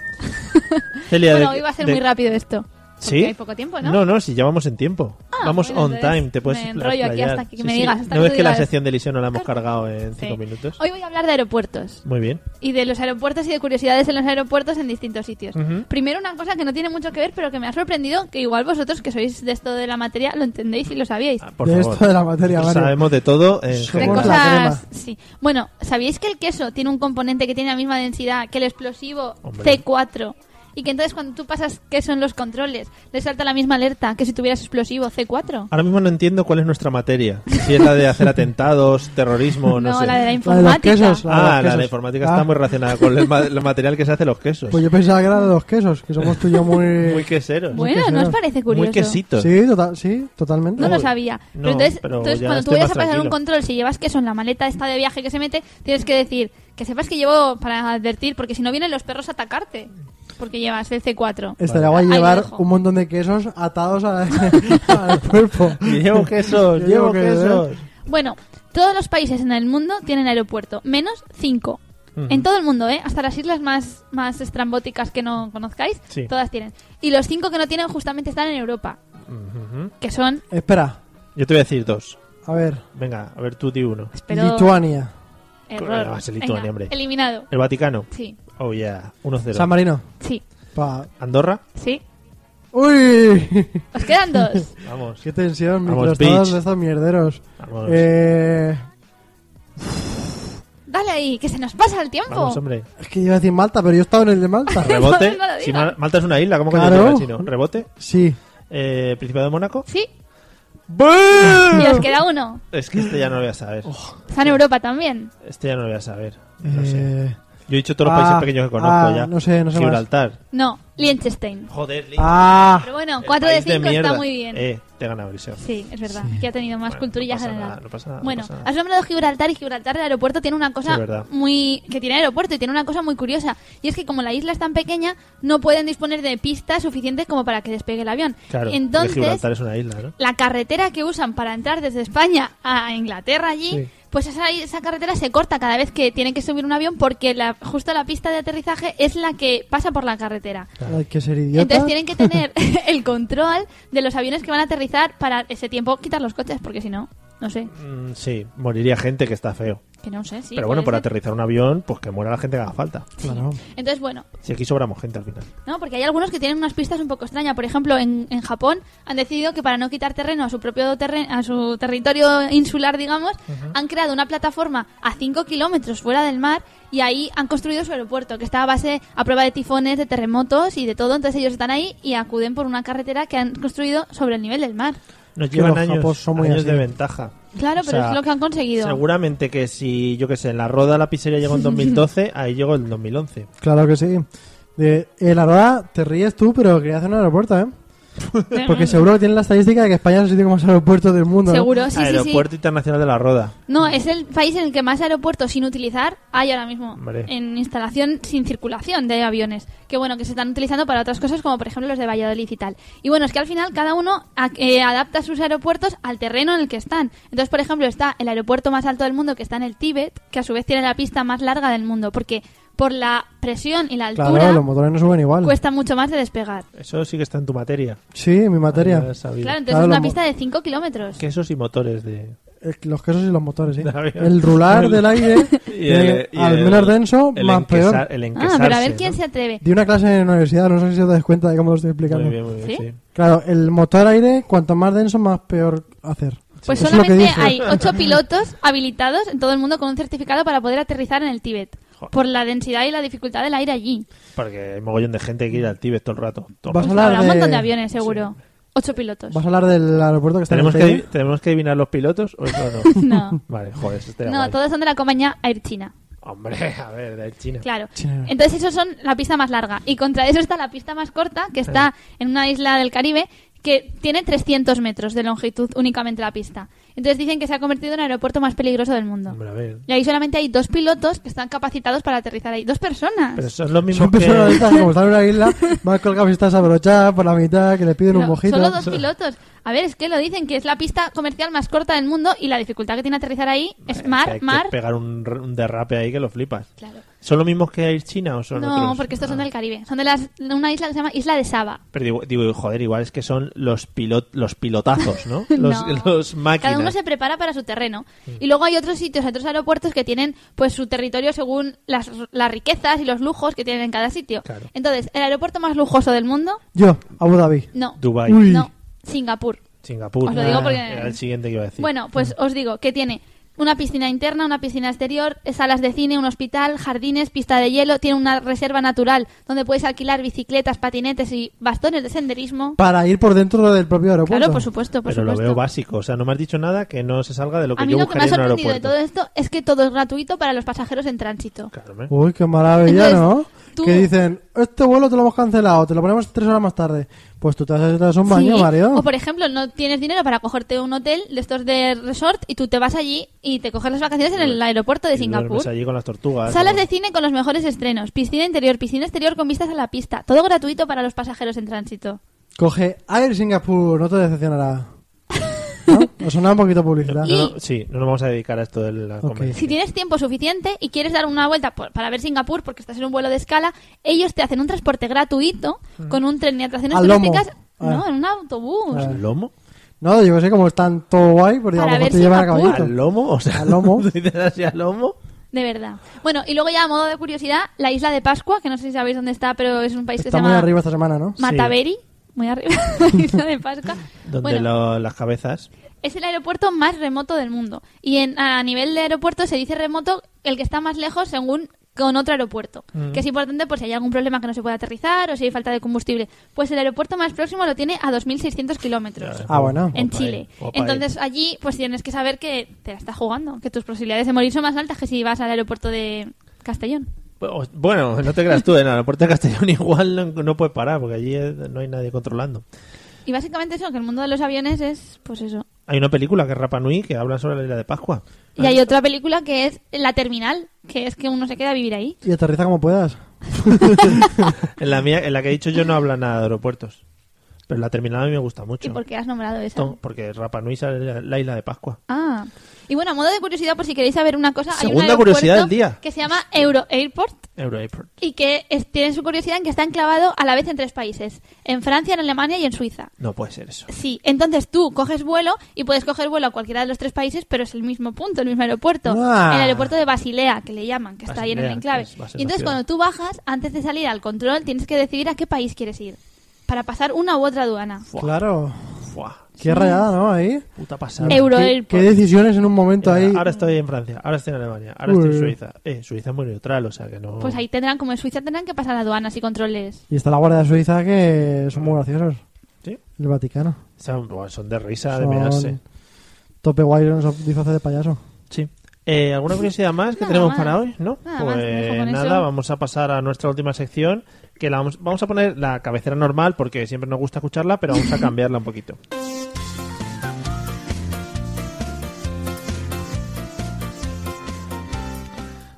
Speaker 1: Celia,
Speaker 3: bueno,
Speaker 1: de-
Speaker 3: hoy va a ser
Speaker 1: de-
Speaker 3: muy rápido esto. porque
Speaker 1: ¿Sí?
Speaker 3: Hay poco tiempo, ¿no?
Speaker 1: No, no, si ya vamos en tiempo.
Speaker 3: Ah,
Speaker 1: vamos
Speaker 3: bueno,
Speaker 1: on
Speaker 3: entonces
Speaker 1: time, te puedes
Speaker 3: me enrollo aquí
Speaker 1: explayar.
Speaker 3: hasta que me digas, hasta
Speaker 1: ¿No
Speaker 3: que
Speaker 1: ves
Speaker 3: tú
Speaker 1: que la
Speaker 3: digas- Ah,
Speaker 1: sección de Eliseo no la hemos cargado en
Speaker 3: Sí.
Speaker 1: cinco minutos?
Speaker 3: Hoy voy a hablar de aeropuertos.
Speaker 1: Muy bien.
Speaker 3: Y de los aeropuertos y de curiosidades en los aeropuertos en distintos sitios.
Speaker 1: Ujú.
Speaker 3: Primero, una cosa que no tiene mucho que ver, pero que me ha sorprendido, que igual vosotros, que sois de esto de la materia, lo entendéis y lo sabíais.
Speaker 1: Ah, por
Speaker 2: de
Speaker 1: favor.
Speaker 2: esto de la materia,
Speaker 1: Nosotros
Speaker 2: Mario.
Speaker 1: Sabemos de todo eh, en
Speaker 2: Somos
Speaker 3: de
Speaker 2: Como
Speaker 1: general.
Speaker 2: la
Speaker 3: cosas. Sí. Bueno, ¿sabíais que el queso tiene un componente que tiene la misma densidad que el explosivo
Speaker 1: Hombre.
Speaker 3: C4? Y que entonces cuando tú pasas queso en los controles, le salta la misma alerta que si tuvieras explosivo C4.
Speaker 1: Ahora mismo no entiendo cuál es nuestra materia. Si es la de hacer atentados,
Speaker 3: [laughs]
Speaker 1: terrorismo, no, sé.
Speaker 3: la de la
Speaker 2: La de los
Speaker 3: informática.
Speaker 2: quesos. de los
Speaker 1: Ah, la
Speaker 2: quesos.
Speaker 1: de informática
Speaker 2: Ah,
Speaker 1: está muy relacionada con el, ma- el material que se hace los quesos.
Speaker 2: Pues yo pensaba que era de los quesos, que somos tú y yo muy.
Speaker 1: [laughs] Muy queseros.
Speaker 3: bueno,
Speaker 2: quesero.
Speaker 3: ¿no os parece curioso?
Speaker 1: Muy quesitos.
Speaker 2: Sí, total, sí, totalmente.
Speaker 3: No lo
Speaker 1: Uy,
Speaker 3: sabía.
Speaker 1: no,
Speaker 3: pero entonces,
Speaker 1: pero
Speaker 3: entonces
Speaker 1: ya
Speaker 3: cuando tú
Speaker 1: estoy
Speaker 3: vayas a
Speaker 1: más
Speaker 3: pasar un
Speaker 1: tranquilo.
Speaker 3: control, si llevas queso en la maleta esta de viaje que se mete, tienes que decir que sepas que llevo para advertir, porque si no vienen los perros a atacarte, porque llevas el C4.
Speaker 2: Estaría guay
Speaker 3: Ahí
Speaker 2: llevar
Speaker 3: dejo.
Speaker 2: un montón de quesos atados a- [laughs] al cuerpo.
Speaker 1: Llevo quesos,
Speaker 2: Yo
Speaker 1: llevo
Speaker 2: llevo quesos.
Speaker 1: quesos.
Speaker 3: Bueno, todos los países en el mundo tienen aeropuerto, menos cinco. En todo el mundo, ¿eh? Hasta las islas más, más estrambóticas que no conozcáis,
Speaker 1: Sí.
Speaker 3: todas tienen. Y los cinco que no tienen justamente están en Europa,
Speaker 1: Ujú.
Speaker 3: que son,
Speaker 2: Espera,
Speaker 1: Yo te voy a decir dos.
Speaker 2: a ver.
Speaker 1: Venga, a ver tú di uno.
Speaker 3: espero,
Speaker 2: Lituania,
Speaker 3: error.
Speaker 1: Ah, es Lituania,
Speaker 3: Venga,
Speaker 1: hombre.
Speaker 3: Eliminado.
Speaker 1: El Vaticano.
Speaker 3: Sí,
Speaker 1: Oh, yeah. 1-0.
Speaker 2: San Marino.
Speaker 3: sí,
Speaker 2: Pa-
Speaker 1: Andorra.
Speaker 3: sí.
Speaker 2: ¡Uy!
Speaker 3: Os
Speaker 1: [laughs]
Speaker 3: quedan dos.
Speaker 1: Vamos.
Speaker 2: ¡Qué tensión!
Speaker 1: Vamos,
Speaker 2: microestados
Speaker 1: Beach.
Speaker 2: de estos mierderos.
Speaker 1: Vamos.
Speaker 2: Eh,
Speaker 3: Dale ahí, que se nos pasa el tiempo.
Speaker 1: Vamos,
Speaker 2: [laughs]
Speaker 1: hombre.
Speaker 2: es que iba a decir Malta, pero yo he estado en el de Malta.
Speaker 1: Rebote.
Speaker 3: No, no lo
Speaker 1: Si
Speaker 3: digas.
Speaker 1: Ma- Malta es una isla, ¿cómo que
Speaker 2: Claro.
Speaker 1: no chino? Rebote.
Speaker 2: Sí.
Speaker 1: Eh, Principado de Mónaco.
Speaker 3: Sí, y os
Speaker 1: ¡Bum!
Speaker 3: queda uno.
Speaker 1: Es que este ya no lo voy a saber.
Speaker 2: Oh.
Speaker 3: Está en Europa también.
Speaker 1: Este ya no lo voy a saber. No sé.
Speaker 2: Eh,
Speaker 1: Yo he dicho todos los países
Speaker 2: Ah,
Speaker 1: pequeños que conozco
Speaker 2: ah,
Speaker 1: ya.
Speaker 2: no sé, no sé más.
Speaker 1: Gibraltar.
Speaker 3: No, Liechtenstein.
Speaker 1: Joder, Lin.
Speaker 2: Ah,
Speaker 3: Pero bueno,
Speaker 1: El
Speaker 3: 4 de
Speaker 1: país
Speaker 3: 5 está
Speaker 1: mierda.
Speaker 3: muy bien.
Speaker 1: Eh, te gana Briseo.
Speaker 3: Sí, es verdad, que ha tenido más
Speaker 1: Bueno,
Speaker 3: culturilla
Speaker 1: no pasa
Speaker 3: general.
Speaker 1: nada, no pasa nada, no
Speaker 3: bueno,
Speaker 1: pasa nada.
Speaker 3: has nombrado Gibraltar y Gibraltar el aeropuerto tiene una
Speaker 1: Es
Speaker 3: cosa
Speaker 1: verdad.
Speaker 3: muy que tiene aeropuerto y tiene una cosa muy curiosa y es que como la isla es tan pequeña no pueden disponer de pistas suficientes como para que despegue el avión.
Speaker 1: Claro,
Speaker 3: Entonces,
Speaker 1: Gibraltar es una isla, ¿no?
Speaker 3: la carretera que usan para entrar desde España a Inglaterra allí,
Speaker 2: Sí.
Speaker 3: pues esa, esa carretera se corta cada vez que tienen que subir un avión porque la, justo la pista de aterrizaje es la que pasa por la carretera.
Speaker 2: hay que ser idiota.
Speaker 3: Entonces tienen
Speaker 1: [laughs]
Speaker 3: que tener [laughs] el control de los aviones que van a aterrizar para ese tiempo quitar los coches, porque si no, no sé,
Speaker 1: Mm, sí, moriría gente que está feo.
Speaker 3: que no sé, sí.
Speaker 1: Pero bueno, por
Speaker 3: puede ser.
Speaker 1: aterrizar un avión, pues que muera la gente que haga falta.
Speaker 2: Claro.
Speaker 3: Entonces, bueno,
Speaker 1: Si aquí sobramos gente al final.
Speaker 3: No, porque hay algunos que tienen unas pistas un poco extrañas. Por ejemplo, en, en Japón han decidido que para no quitar terreno a su propio terreno, a su territorio insular, digamos, han creado una plataforma a 5 kilómetros fuera del mar y ahí han construido su aeropuerto, que está a base a prueba de tifones, de terremotos y de todo. Entonces ellos están ahí y acuden por una carretera que han construido sobre el nivel del mar.
Speaker 1: Nos
Speaker 2: Que
Speaker 1: llevan
Speaker 2: los
Speaker 1: años,
Speaker 2: japos son muy
Speaker 1: años
Speaker 2: así.
Speaker 1: de ventaja.
Speaker 3: Claro,
Speaker 1: O
Speaker 3: pero
Speaker 1: sea,
Speaker 3: es lo que han conseguido.
Speaker 1: Seguramente que si, yo que sé, en la roda la pizzería
Speaker 3: [laughs]
Speaker 1: llegó en 2012, ahí llegó en 2011.
Speaker 2: Claro que sí. De, eh, la verdad, te ríes tú, pero quería hacer un
Speaker 3: [laughs]
Speaker 2: aeropuerto, ¿eh? Porque seguro que tienen la estadística de que España es el sitio con más aeropuertos del mundo. ¿no?
Speaker 3: Seguro, sí, sí, sí.
Speaker 1: Aeropuerto Internacional de la Roda.
Speaker 3: No, es el país en el que más aeropuertos sin utilizar hay ahora mismo.
Speaker 1: Hombre.
Speaker 3: En instalación sin circulación de aviones. Que bueno, que se están utilizando para otras cosas, como por ejemplo los de Valladolid y tal. Y bueno, es que al final cada uno a- eh, adapta sus aeropuertos al terreno en el que están. Entonces, por ejemplo, está el aeropuerto más alto del mundo, que está en el Tíbet, que a su vez tiene la pista más larga del mundo. Porque por la presión y la
Speaker 2: Claro,
Speaker 3: altura
Speaker 2: los motores no suben igual.
Speaker 3: cuesta mucho más de despegar.
Speaker 1: Eso sí que está en tu materia.
Speaker 2: Sí, mi materia.
Speaker 1: Ah, ya sabía.
Speaker 3: Claro, entonces
Speaker 2: Claro,
Speaker 3: es una
Speaker 2: los mo-
Speaker 3: pista de 5 kilómetros.
Speaker 1: Quesos y motores de...
Speaker 2: Eh, Los quesos y los motores,
Speaker 1: [laughs]
Speaker 2: sí.
Speaker 1: Está bien.
Speaker 2: El rular del aire,
Speaker 1: [laughs] Y el-
Speaker 2: eh,
Speaker 1: y
Speaker 2: al
Speaker 1: el-
Speaker 2: menos denso,
Speaker 1: el
Speaker 2: más
Speaker 1: enquesar-
Speaker 2: peor.
Speaker 1: El
Speaker 3: Ah,
Speaker 1: enquesarse,
Speaker 3: pero a ver quién
Speaker 1: ¿no?
Speaker 3: se atreve.
Speaker 2: Di una clase en la universidad, no sé si te das cuenta de cómo lo estoy explicando.
Speaker 1: Muy bien, muy bien,
Speaker 3: ¿Sí?
Speaker 1: sí.
Speaker 2: Claro, el motor aire, cuanto más denso, más peor hacer.
Speaker 3: Pues
Speaker 2: Eso es lo que
Speaker 3: solamente
Speaker 2: dije.
Speaker 3: hay
Speaker 2: [laughs]
Speaker 3: ocho pilotos habilitados en todo el mundo con un certificado para poder aterrizar en el Tíbet.
Speaker 1: Joder.
Speaker 3: Por la densidad y la dificultad del aire allí.
Speaker 1: Porque hay mogollón de gente que ir al Tíbet todo el rato. todo el
Speaker 3: Pues
Speaker 2: Vas a
Speaker 1: rato.
Speaker 2: hablar
Speaker 3: habrá un
Speaker 2: de-
Speaker 3: montón de aviones, seguro. Ocho pilotos.
Speaker 2: ¿Vas a hablar del aeropuerto que está
Speaker 1: ¿Tenemos, que,
Speaker 2: en el
Speaker 1: adiv- ¿Tenemos que adivinar los pilotos o eso [laughs] no?
Speaker 3: [laughs]
Speaker 2: [laughs]
Speaker 3: No,
Speaker 1: Vale, joder, eso estaría
Speaker 3: no
Speaker 1: guay.
Speaker 3: todos son de la compañía Air China.
Speaker 1: Hombre, a ver, de China.
Speaker 3: Claro.
Speaker 2: China.
Speaker 3: Entonces, esos son la pista más larga. Y contra eso está la pista más corta, que está en una isla del Caribe, que tiene 300 metros de longitud únicamente la pista. Entonces, dicen que se ha convertido en el aeropuerto más peligroso del mundo.
Speaker 1: Hombre, a ver.
Speaker 3: Y ahí solamente hay dos pilotos que están capacitados para aterrizar ahí. Dos personas.
Speaker 1: Pero son los mismos
Speaker 2: Son
Speaker 1: que...
Speaker 2: personas de estas, como están en una isla, más colgados y estás abrochadas por la mitad, que le piden un
Speaker 3: Pero
Speaker 2: mojito.
Speaker 3: Solo dos pilotos. A ver, es que lo dicen, que es la pista comercial más corta del mundo y la dificultad que tiene aterrizar ahí es
Speaker 1: Eh, que
Speaker 3: mar,
Speaker 1: hay que
Speaker 3: mar.
Speaker 1: pegar un, r- un derrape ahí que lo flipas.
Speaker 3: Claro.
Speaker 1: ¿Son los mismos que Air China o son otros?
Speaker 3: No, porque estos son
Speaker 1: Ah.
Speaker 3: del Caribe. Son de, las, de una isla que se llama Isla de Saba.
Speaker 1: Pero digo, digo, joder, igual es que son los pilot, los pilotazos,
Speaker 3: [laughs]
Speaker 1: ¿no? Los,
Speaker 3: No.
Speaker 1: [laughs] los máquinas. Mm.
Speaker 3: Cada uno se prepara para su terreno. Y luego hay otros sitios, otros aeropuertos que tienen pues su territorio según las, las riquezas y los lujos que tienen en cada sitio.
Speaker 1: Claro.
Speaker 3: Entonces, ¿el aeropuerto más lujoso del mundo?
Speaker 2: Yo, Abu Dhabi.
Speaker 3: No.
Speaker 1: Dubái.
Speaker 2: Uy.
Speaker 3: No. Singapur.
Speaker 1: Singapur.
Speaker 3: Os lo digo
Speaker 1: Ah,
Speaker 3: porque-
Speaker 1: Era el siguiente que iba a decir.
Speaker 3: Bueno, pues os digo que tiene una piscina interna, una piscina exterior, eh, salas de cine, un hospital, jardines, pista de hielo, tiene una reserva natural donde puedes alquilar bicicletas, patinetes y bastones de senderismo.
Speaker 2: Para ir por dentro del propio aeropuerto.
Speaker 3: Claro, por supuesto, por
Speaker 1: pues Pero lo
Speaker 3: supuesto.
Speaker 1: veo básico. O sea, no me has dicho nada que no se salga de lo que
Speaker 3: A mí
Speaker 1: yo
Speaker 3: lo que me ha
Speaker 1: buscaría en un
Speaker 3: sorprendido de
Speaker 1: aeropuerto.
Speaker 3: todo esto es que todo es gratuito para los pasajeros en tránsito.
Speaker 1: Claro, hombre.
Speaker 2: Uy, qué maravilla,
Speaker 3: Entonces,
Speaker 2: ¿no?
Speaker 3: tú-
Speaker 2: Que dicen, este vuelo te lo hemos cancelado, te lo ponemos tres horas más tarde. Pues tú te vas a ir a un baño,
Speaker 3: Sí.
Speaker 2: Mario.
Speaker 3: O por ejemplo, no tienes dinero para cogerte un hotel de estos de resort y tú te vas allí y te coges las vacaciones en el aeropuerto de
Speaker 1: Pues, Y duermes
Speaker 3: Singapur.
Speaker 1: allí con las tortugas.
Speaker 3: Salas
Speaker 1: ¿no?
Speaker 3: de cine con los mejores estrenos, piscina interior, piscina exterior con vistas a la pista, todo gratuito para los pasajeros en tránsito.
Speaker 2: Coge Air Singapur, no te decepcionará.
Speaker 3: [laughs]
Speaker 2: ¿No? Os sonaba un poquito publicidad.
Speaker 3: Y-
Speaker 1: No, no, sí, no nos vamos a dedicar a esto de la
Speaker 2: Ok.
Speaker 1: convención.
Speaker 3: Si tienes tiempo suficiente y quieres dar una vuelta por- para ver Singapur porque estás en un vuelo de escala, ellos te hacen un transporte gratuito con un tren y atracciones
Speaker 2: Mm. Al lomo.
Speaker 3: turísticas,
Speaker 2: Ah.
Speaker 3: no, en un autobús.
Speaker 1: ¿Al lomo?
Speaker 2: No, yo que sé, como están todo guay, pero digo, a lo
Speaker 3: Para
Speaker 2: mejor
Speaker 3: ver
Speaker 2: te llevan a
Speaker 3: Singapur.
Speaker 2: caballito.
Speaker 1: ¿Al lomo? O sea,
Speaker 2: Al lomo.
Speaker 1: [laughs] ¿tú dices así al lomo?
Speaker 3: De verdad. Bueno, y luego ya a modo de curiosidad, la isla de Pascua, que no sé si sabéis dónde está, pero es un país que se
Speaker 2: Está muy
Speaker 3: llama
Speaker 2: arriba esta semana, ¿no?
Speaker 3: Mataveri, muy arriba, [laughs] la isla de Pascua.
Speaker 1: Donde
Speaker 3: Bueno,
Speaker 1: lo- las cabezas.
Speaker 3: Es el aeropuerto más remoto del mundo. Y en, a nivel de aeropuerto se dice remoto el que está más lejos según con otro aeropuerto.
Speaker 1: Mm.
Speaker 3: Que es importante por si hay algún problema que no se pueda aterrizar o si hay falta de combustible. Pues el aeropuerto más próximo lo tiene a 2.600 kilómetros.
Speaker 2: Ah, bueno.
Speaker 3: En
Speaker 1: Opa eh. ahí,
Speaker 3: Chile.
Speaker 1: opa ahí.
Speaker 3: Entonces allí pues tienes que saber que te la estás jugando, que tus posibilidades de morir son más altas que si vas al aeropuerto de Castellón.
Speaker 1: Pues, Bueno, no te creas tú, en el aeropuerto de Castellón [laughs] igual no, no puede parar, porque allí eh, no hay nadie controlando.
Speaker 3: Y básicamente eso, que el mundo de los aviones es, pues eso.
Speaker 1: Hay una película que es Rapa Nui que habla sobre la isla de Pascua.
Speaker 3: Y hay otra película que es La Terminal, que es que uno se queda a vivir ahí.
Speaker 2: Y aterriza como puedas.
Speaker 1: En la, mía, en la que he dicho yo no habla nada de aeropuertos, pero la terminal a mí me gusta
Speaker 3: ¿Y
Speaker 1: mucho.
Speaker 3: por qué has nombrado esa?
Speaker 1: Tom- Porque Rapa Nui sale la, la isla de Pascua.
Speaker 3: Ah. Y bueno, a modo de curiosidad, por si queréis saber una cosa, hay un
Speaker 1: Segunda
Speaker 3: aeropuerto
Speaker 1: curiosidad del día.
Speaker 3: que se llama Euro Airport
Speaker 1: Euro Airport.
Speaker 3: y que es- tiene su curiosidad en que está enclavado a la vez en tres países, en Francia, en Alemania y en Suiza.
Speaker 1: No puede ser eso.
Speaker 3: Sí, entonces tú coges vuelo y puedes coger vuelo a cualquiera de los tres países, pero es el mismo punto, el mismo aeropuerto.
Speaker 1: Ah.
Speaker 3: El aeropuerto de Basilea, que le llaman, que está ahí en el
Speaker 1: Basilea,
Speaker 3: enclave.
Speaker 1: que es- va a ser
Speaker 3: Y entonces
Speaker 1: una
Speaker 3: cuando tú bajas, antes de salir al control, tienes que decidir a qué país quieres ir para pasar una u otra aduana.
Speaker 1: Fuah,
Speaker 2: Claro.
Speaker 1: fuah,
Speaker 2: Qué rayada, ¿no? Ahí.
Speaker 1: puta pasada.
Speaker 3: Euro
Speaker 2: ¿Qué-
Speaker 3: Airport.
Speaker 2: ¿Qué, decisiones en un momento ahí.
Speaker 1: Ahora estoy en Francia, ahora estoy en Alemania, ahora estoy en
Speaker 2: Uy.
Speaker 1: Suiza. Eh, Suiza es muy neutral, o sea que no.
Speaker 3: Pues ahí tendrán, como en Suiza, tendrán que pasar aduanas y controles.
Speaker 2: Y está la Guardia Suiza que son muy graciosos.
Speaker 1: Sí.
Speaker 2: El Vaticano.
Speaker 1: Son, buah, son de risa, de
Speaker 2: Son-
Speaker 1: mearse.
Speaker 2: Tope guay en esos disfraces de payaso.
Speaker 1: Sí. Eh, ¿Alguna curiosidad más que
Speaker 3: Nada
Speaker 1: tenemos
Speaker 3: más.
Speaker 1: para hoy? ¿No?
Speaker 3: Nada más, me dejo
Speaker 1: pues
Speaker 3: con
Speaker 1: nada,
Speaker 3: eso.
Speaker 1: vamos a pasar a nuestra última sección, que la vamos, vamos a poner la cabecera normal porque siempre nos gusta escucharla, pero vamos a cambiarla un poquito.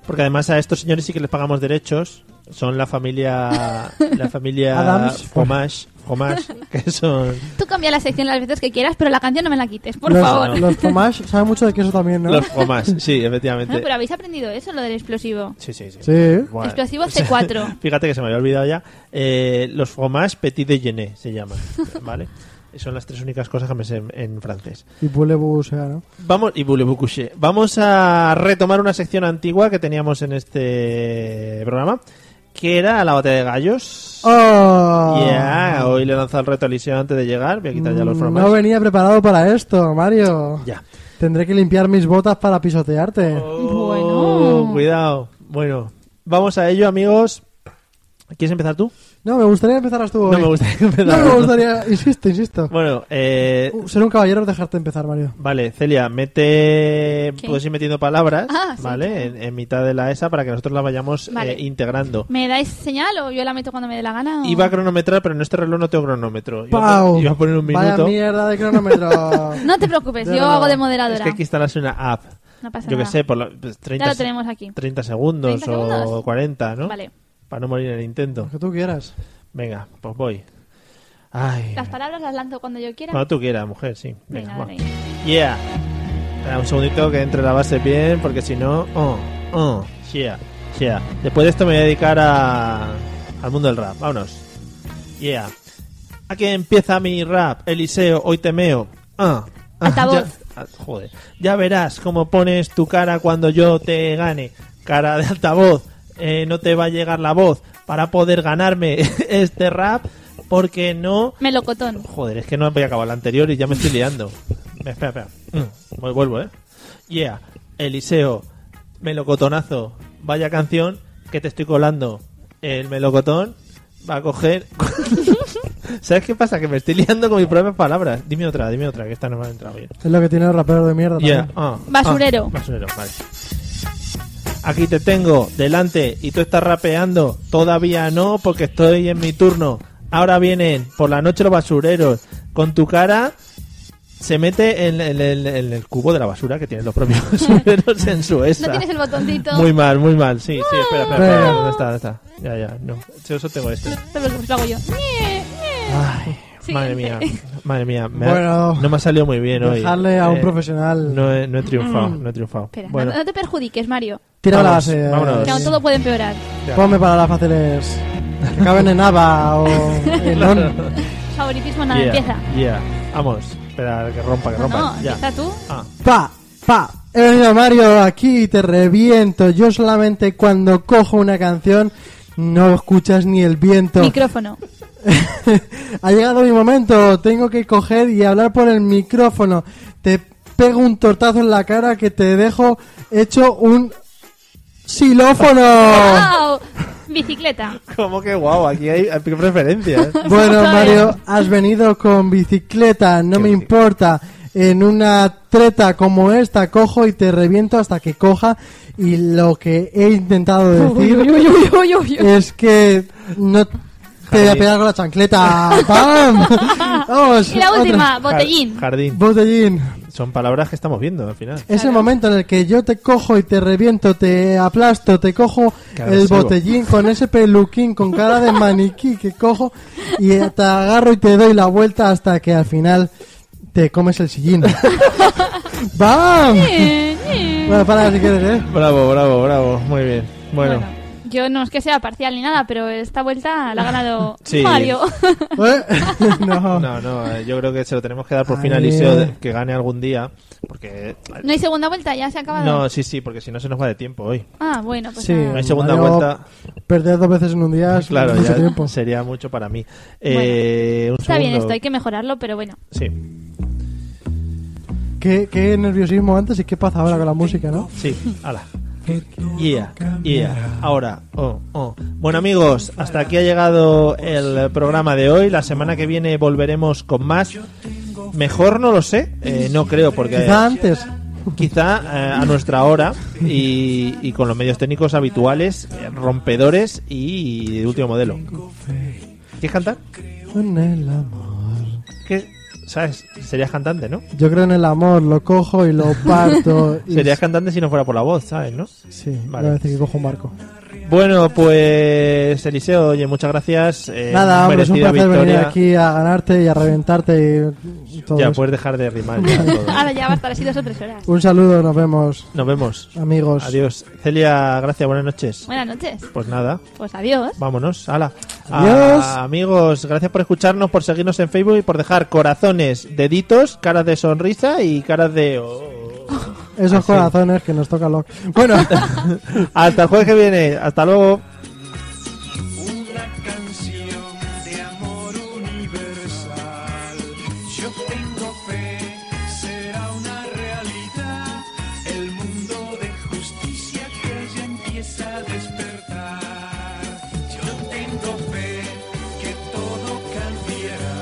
Speaker 1: Porque además a estos señores sí que les pagamos derechos. Son la familia la
Speaker 3: [laughs]
Speaker 1: familia
Speaker 2: Adams.
Speaker 1: Fromage, Fromage, que
Speaker 3: [laughs]
Speaker 1: son
Speaker 3: Tú cambia la sección las veces que quieras, pero la canción no me la quites, por
Speaker 2: los,
Speaker 3: favor.
Speaker 2: [laughs] Los Fromage saben mucho de queso también, ¿no?
Speaker 1: los Fromage, sí,
Speaker 3: Ah,
Speaker 1: efectivamente.
Speaker 3: pero habéis aprendido eso, lo del explosivo.
Speaker 1: Sí, sí, sí.
Speaker 2: Sí.
Speaker 1: Buah. [laughs]
Speaker 3: Explosivo C4.
Speaker 1: Fíjate que se me había olvidado ya. Eh, los fromage petit de Gené se
Speaker 2: [laughs]
Speaker 1: llaman, ¿vale? Son las tres únicas cosas que me sé en, en francés.
Speaker 2: Y puele bucear, ¿no?
Speaker 1: Vamos, y voulez-vous coucher? Vamos a retomar una sección antigua que teníamos en este programa, que era la batalla de gallos.
Speaker 2: ¡Oh!
Speaker 1: Yeah, hoy le he lanzado el reto a Eliseo antes de llegar. Voy a quitar ya los
Speaker 2: Mm,
Speaker 1: fromage.
Speaker 2: No venía preparado para esto, Mario.
Speaker 1: Ya. Oh.
Speaker 2: Tendré que limpiar mis botas para pisotearte.
Speaker 3: Bueno.
Speaker 1: Cuidado. Bueno, vamos a ello, amigos. ¿Quieres empezar tú?
Speaker 2: No, me gustaría empezar tú
Speaker 1: No
Speaker 2: hoy.
Speaker 1: me
Speaker 2: [laughs]
Speaker 1: gustaría [laughs] empezar.
Speaker 2: No me gustaría, insisto, insisto.
Speaker 1: Bueno, eh,
Speaker 2: Uh, Ser un caballero es dejarte empezar, Mario.
Speaker 1: Vale, Celia, mete. Puedes ir metiendo palabras,
Speaker 3: Ah, sí,
Speaker 1: ¿vale? En, en mitad de la ESA para que nosotros las vayamos
Speaker 3: Vale.
Speaker 1: eh, integrando.
Speaker 3: ¿Me dais señal o yo la meto cuando me dé la gana? o-
Speaker 1: Iba a cronometrar, pero en este reloj no tengo cronómetro. Iba a
Speaker 2: ¡Pau!
Speaker 1: pon- Iba a poner un
Speaker 2: Vaya
Speaker 1: minuto.
Speaker 2: mierda de cronómetro.
Speaker 1: [laughs]
Speaker 3: No te preocupes,
Speaker 2: No,
Speaker 3: yo
Speaker 2: no, no.
Speaker 3: hago de
Speaker 1: Es
Speaker 3: moderadora.
Speaker 1: que hay que instalarse una app.
Speaker 3: No pasa
Speaker 1: Yo que
Speaker 3: nada.
Speaker 1: sé, por la- pues, 30,
Speaker 3: Ya lo
Speaker 1: se-
Speaker 3: tenemos aquí.
Speaker 1: 30 segundos
Speaker 3: 30
Speaker 1: o
Speaker 3: segundos.
Speaker 1: 40, ¿no?
Speaker 3: Vale.
Speaker 1: Para no morir en el intento.
Speaker 2: Lo que tú quieras.
Speaker 1: Venga, pues voy. Ay.
Speaker 3: Las palabras las lanzo cuando yo quiera.
Speaker 1: Cuando tú quieras, mujer, sí. Venga,
Speaker 3: Venga,
Speaker 1: va.
Speaker 3: dale ahí.
Speaker 1: Yeah. Espera un segundito que entre la base bien, porque si no. Oh, oh, yeah, yeah. Después de esto me voy a dedicar a, al mundo del rap. Vámonos. Yeah. Aquí empieza mi rap, Eliseo, hoy temeo. Ah, ah,
Speaker 3: Altavoz.
Speaker 1: ya- ah, joder. Ya verás cómo pones tu cara cuando yo te gane. Cara de altavoz. Eh, no te va a llegar la voz para poder ganarme [laughs] este rap, porque no.
Speaker 3: Melocotón.
Speaker 1: Joder, es que no voy a acabar la anterior y ya me estoy liando. espera, espera. Mm, Voy, vuelvo, ¿eh? Yeah, Eliseo, melocotonazo. Vaya canción que te estoy colando. El melocotón va a coger... [laughs] ¿Sabes qué pasa? Que me estoy liando con mis propias palabras. Dime otra, dime otra, que esta no me ha entrado bien.
Speaker 2: Es lo que tiene el rapero de mierda.
Speaker 1: Yeah,
Speaker 2: también.
Speaker 1: ah,
Speaker 3: Basurero.
Speaker 1: ah, basurero, vale. Aquí te tengo delante y tú estás rapeando. Todavía no, porque estoy en mi turno. Ahora vienen por la noche los basureros. Con tu cara se mete en, en- en- en el cubo de la basura que tienen los propios
Speaker 3: [laughs]
Speaker 1: basureros en su esa.
Speaker 3: No tienes el Ah. botoncito.
Speaker 1: Muy mal, muy mal. Sí, sí, espera, espera, espera.
Speaker 2: Venga.
Speaker 1: ¿Dónde está? ¿Dónde está? Ya, ya, no. Yo solo tengo este.
Speaker 3: No te preocupes, lo hago yo. Ñe, Ñe.
Speaker 1: Ay, madre mía,
Speaker 3: Siguiente.
Speaker 1: madre mía. me ha-
Speaker 2: Bueno.
Speaker 1: no me ha salido muy bien hoy.
Speaker 2: Dejarle a un
Speaker 1: Eh,
Speaker 2: profesional.
Speaker 1: no he, no he triunfado, no he triunfado.
Speaker 3: [laughs] Mm. Espera, no-
Speaker 1: bueno,
Speaker 3: no, te perjudiques, Mario.
Speaker 2: Tira la
Speaker 1: Vamos,
Speaker 2: base. eh.
Speaker 1: vámonos.
Speaker 3: Que
Speaker 1: Claro,
Speaker 3: aún todo puede empeorar.
Speaker 1: ya.
Speaker 2: Ponme para las fáciles. Que caben en Ava o en On.
Speaker 3: Favoritismo, nada,
Speaker 1: Yeah,
Speaker 3: Ah, empieza.
Speaker 1: yeah. Vamos, espera que rompa, que
Speaker 3: No,
Speaker 1: rompa.
Speaker 3: no,
Speaker 1: ya.
Speaker 3: empieza tú.
Speaker 1: Ah,
Speaker 2: Pa, pa. He venido, Mario aquí y te reviento. Yo solamente cuando cojo una canción no escuchas ni el viento.
Speaker 3: Micrófono.
Speaker 2: ha llegado mi momento, tengo que coger y hablar por el micrófono. Te pego un tortazo en la cara que te dejo hecho un
Speaker 3: [laughs]
Speaker 2: xilófono.
Speaker 3: ¡Guau! Bicicleta.
Speaker 1: [laughs] ¿Cómo que guau? Aquí hay, hay preferencias.
Speaker 2: Bueno,
Speaker 3: Otra vez.
Speaker 2: Mario, has venido con bicicleta, no me importa. en una treta como esta, cojo y te reviento hasta que coja. Y lo que he intentado decir
Speaker 5: Uy, uy, uy, uy, uy, uy.
Speaker 2: es que no te voy a pegar con la chancleta.
Speaker 3: [laughs]
Speaker 2: ¡Pam! Vamos.
Speaker 3: Y la
Speaker 2: otra.
Speaker 3: última,
Speaker 1: Jar-
Speaker 3: [laughs] botellín.
Speaker 1: Jardín.
Speaker 2: Botellín.
Speaker 1: Son palabras que estamos viendo al final.
Speaker 2: Es el momento en el que yo te cojo y te reviento, te aplasto, te cojo
Speaker 1: Qué
Speaker 2: el
Speaker 1: agresivo.
Speaker 2: botellín con ese peluquín con cara de maniquí que cojo y te agarro y te doy la vuelta hasta que al final te comes el sillín. ¡Bam!
Speaker 3: Eh, eh.
Speaker 2: Bueno, para si quieres, ¿eh?
Speaker 1: Bravo, bravo, bravo. Muy bien. Bueno.
Speaker 3: Bueno, yo no es que sea parcial ni nada, pero esta vuelta la ha ganado
Speaker 1: [laughs] Sí.
Speaker 3: Mario. [laughs]
Speaker 2: ¿Eh? No.
Speaker 1: No, no, eh, yo creo que se lo tenemos que dar por
Speaker 2: Ay,
Speaker 1: fin a Eliseo de-
Speaker 2: eh.
Speaker 1: que gane algún día. Porque.
Speaker 3: No hay segunda vuelta, ya se ha acabado.
Speaker 1: No, sí, sí, porque si no se nos va de tiempo hoy.
Speaker 3: Ah, bueno, pues
Speaker 2: Sí.
Speaker 3: nada.
Speaker 1: No hay segunda
Speaker 2: Mario-
Speaker 1: vuelta.
Speaker 2: Perder dos veces en un día es
Speaker 1: Claro,
Speaker 2: mucho
Speaker 1: ya
Speaker 2: tiempo.
Speaker 1: sería mucho para mí. Eh, un
Speaker 3: Está bien
Speaker 1: segundo.
Speaker 3: esto, hay que mejorarlo, pero bueno.
Speaker 1: Sí,
Speaker 2: Qué, qué nerviosismo antes y qué paz ahora con la música, ¿no?
Speaker 3: [laughs]
Speaker 1: sí, hala. Yeah, yeah. Ahora, oh, oh. Bueno, amigos, hasta aquí ha llegado el programa de hoy. La semana que viene volveremos con más. Mejor no lo sé, eh, no creo, porque.
Speaker 2: Quizá antes.
Speaker 1: quizá eh, a nuestra hora y, y con los medios técnicos habituales, eh, rompedores y de último modelo. ¿Quieres cantar?
Speaker 2: Con el amor.
Speaker 1: ¿Qué? ¿Sabes? Serías cantante, ¿no?
Speaker 2: Yo creo en el amor, lo cojo
Speaker 1: [laughs]
Speaker 2: y lo parto. y-
Speaker 1: Serías cantante si no fuera por la voz, ¿sabes? ¿No?
Speaker 2: Sí,
Speaker 1: Vale.
Speaker 2: vale. a decir que cojo un barco.
Speaker 1: Bueno, pues Eliseo, oye, muchas gracias. eh,
Speaker 2: Nada, hombre, es un
Speaker 1: merecida
Speaker 2: placer venir
Speaker 1: victoria.
Speaker 2: aquí a ganarte y a reventarte y todo
Speaker 1: Ya pues.
Speaker 2: eso.
Speaker 1: puedes dejar de rimar. ya,
Speaker 2: [laughs]
Speaker 1: todo.
Speaker 3: Ahora ya va a estar así dos o tres horas.
Speaker 2: Un saludo, nos vemos,
Speaker 1: Nos vemos.
Speaker 2: amigos.
Speaker 1: Adiós. Celia, gracias, buenas noches.
Speaker 3: Buenas noches.
Speaker 1: Pues nada.
Speaker 3: Pues adiós.
Speaker 1: Vámonos, ala.
Speaker 2: Adiós.
Speaker 1: Ah, amigos, gracias por escucharnos, por seguirnos en Facebook y por dejar corazones, deditos, caras de sonrisa y caras de... oh.
Speaker 2: Esos
Speaker 1: Así.
Speaker 2: corazones que nos toca lo... Bueno,
Speaker 1: [laughs] Hasta el jueves que viene, hasta luego.
Speaker 6: una canción de amor universal. Yo tengo fe, será una realidad. El mundo de justicia que ya empieza a despertar. Yo tengo fe que todo cambiará,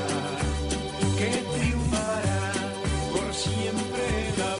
Speaker 6: que triunfará por siempre el amor.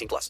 Speaker 7: plus.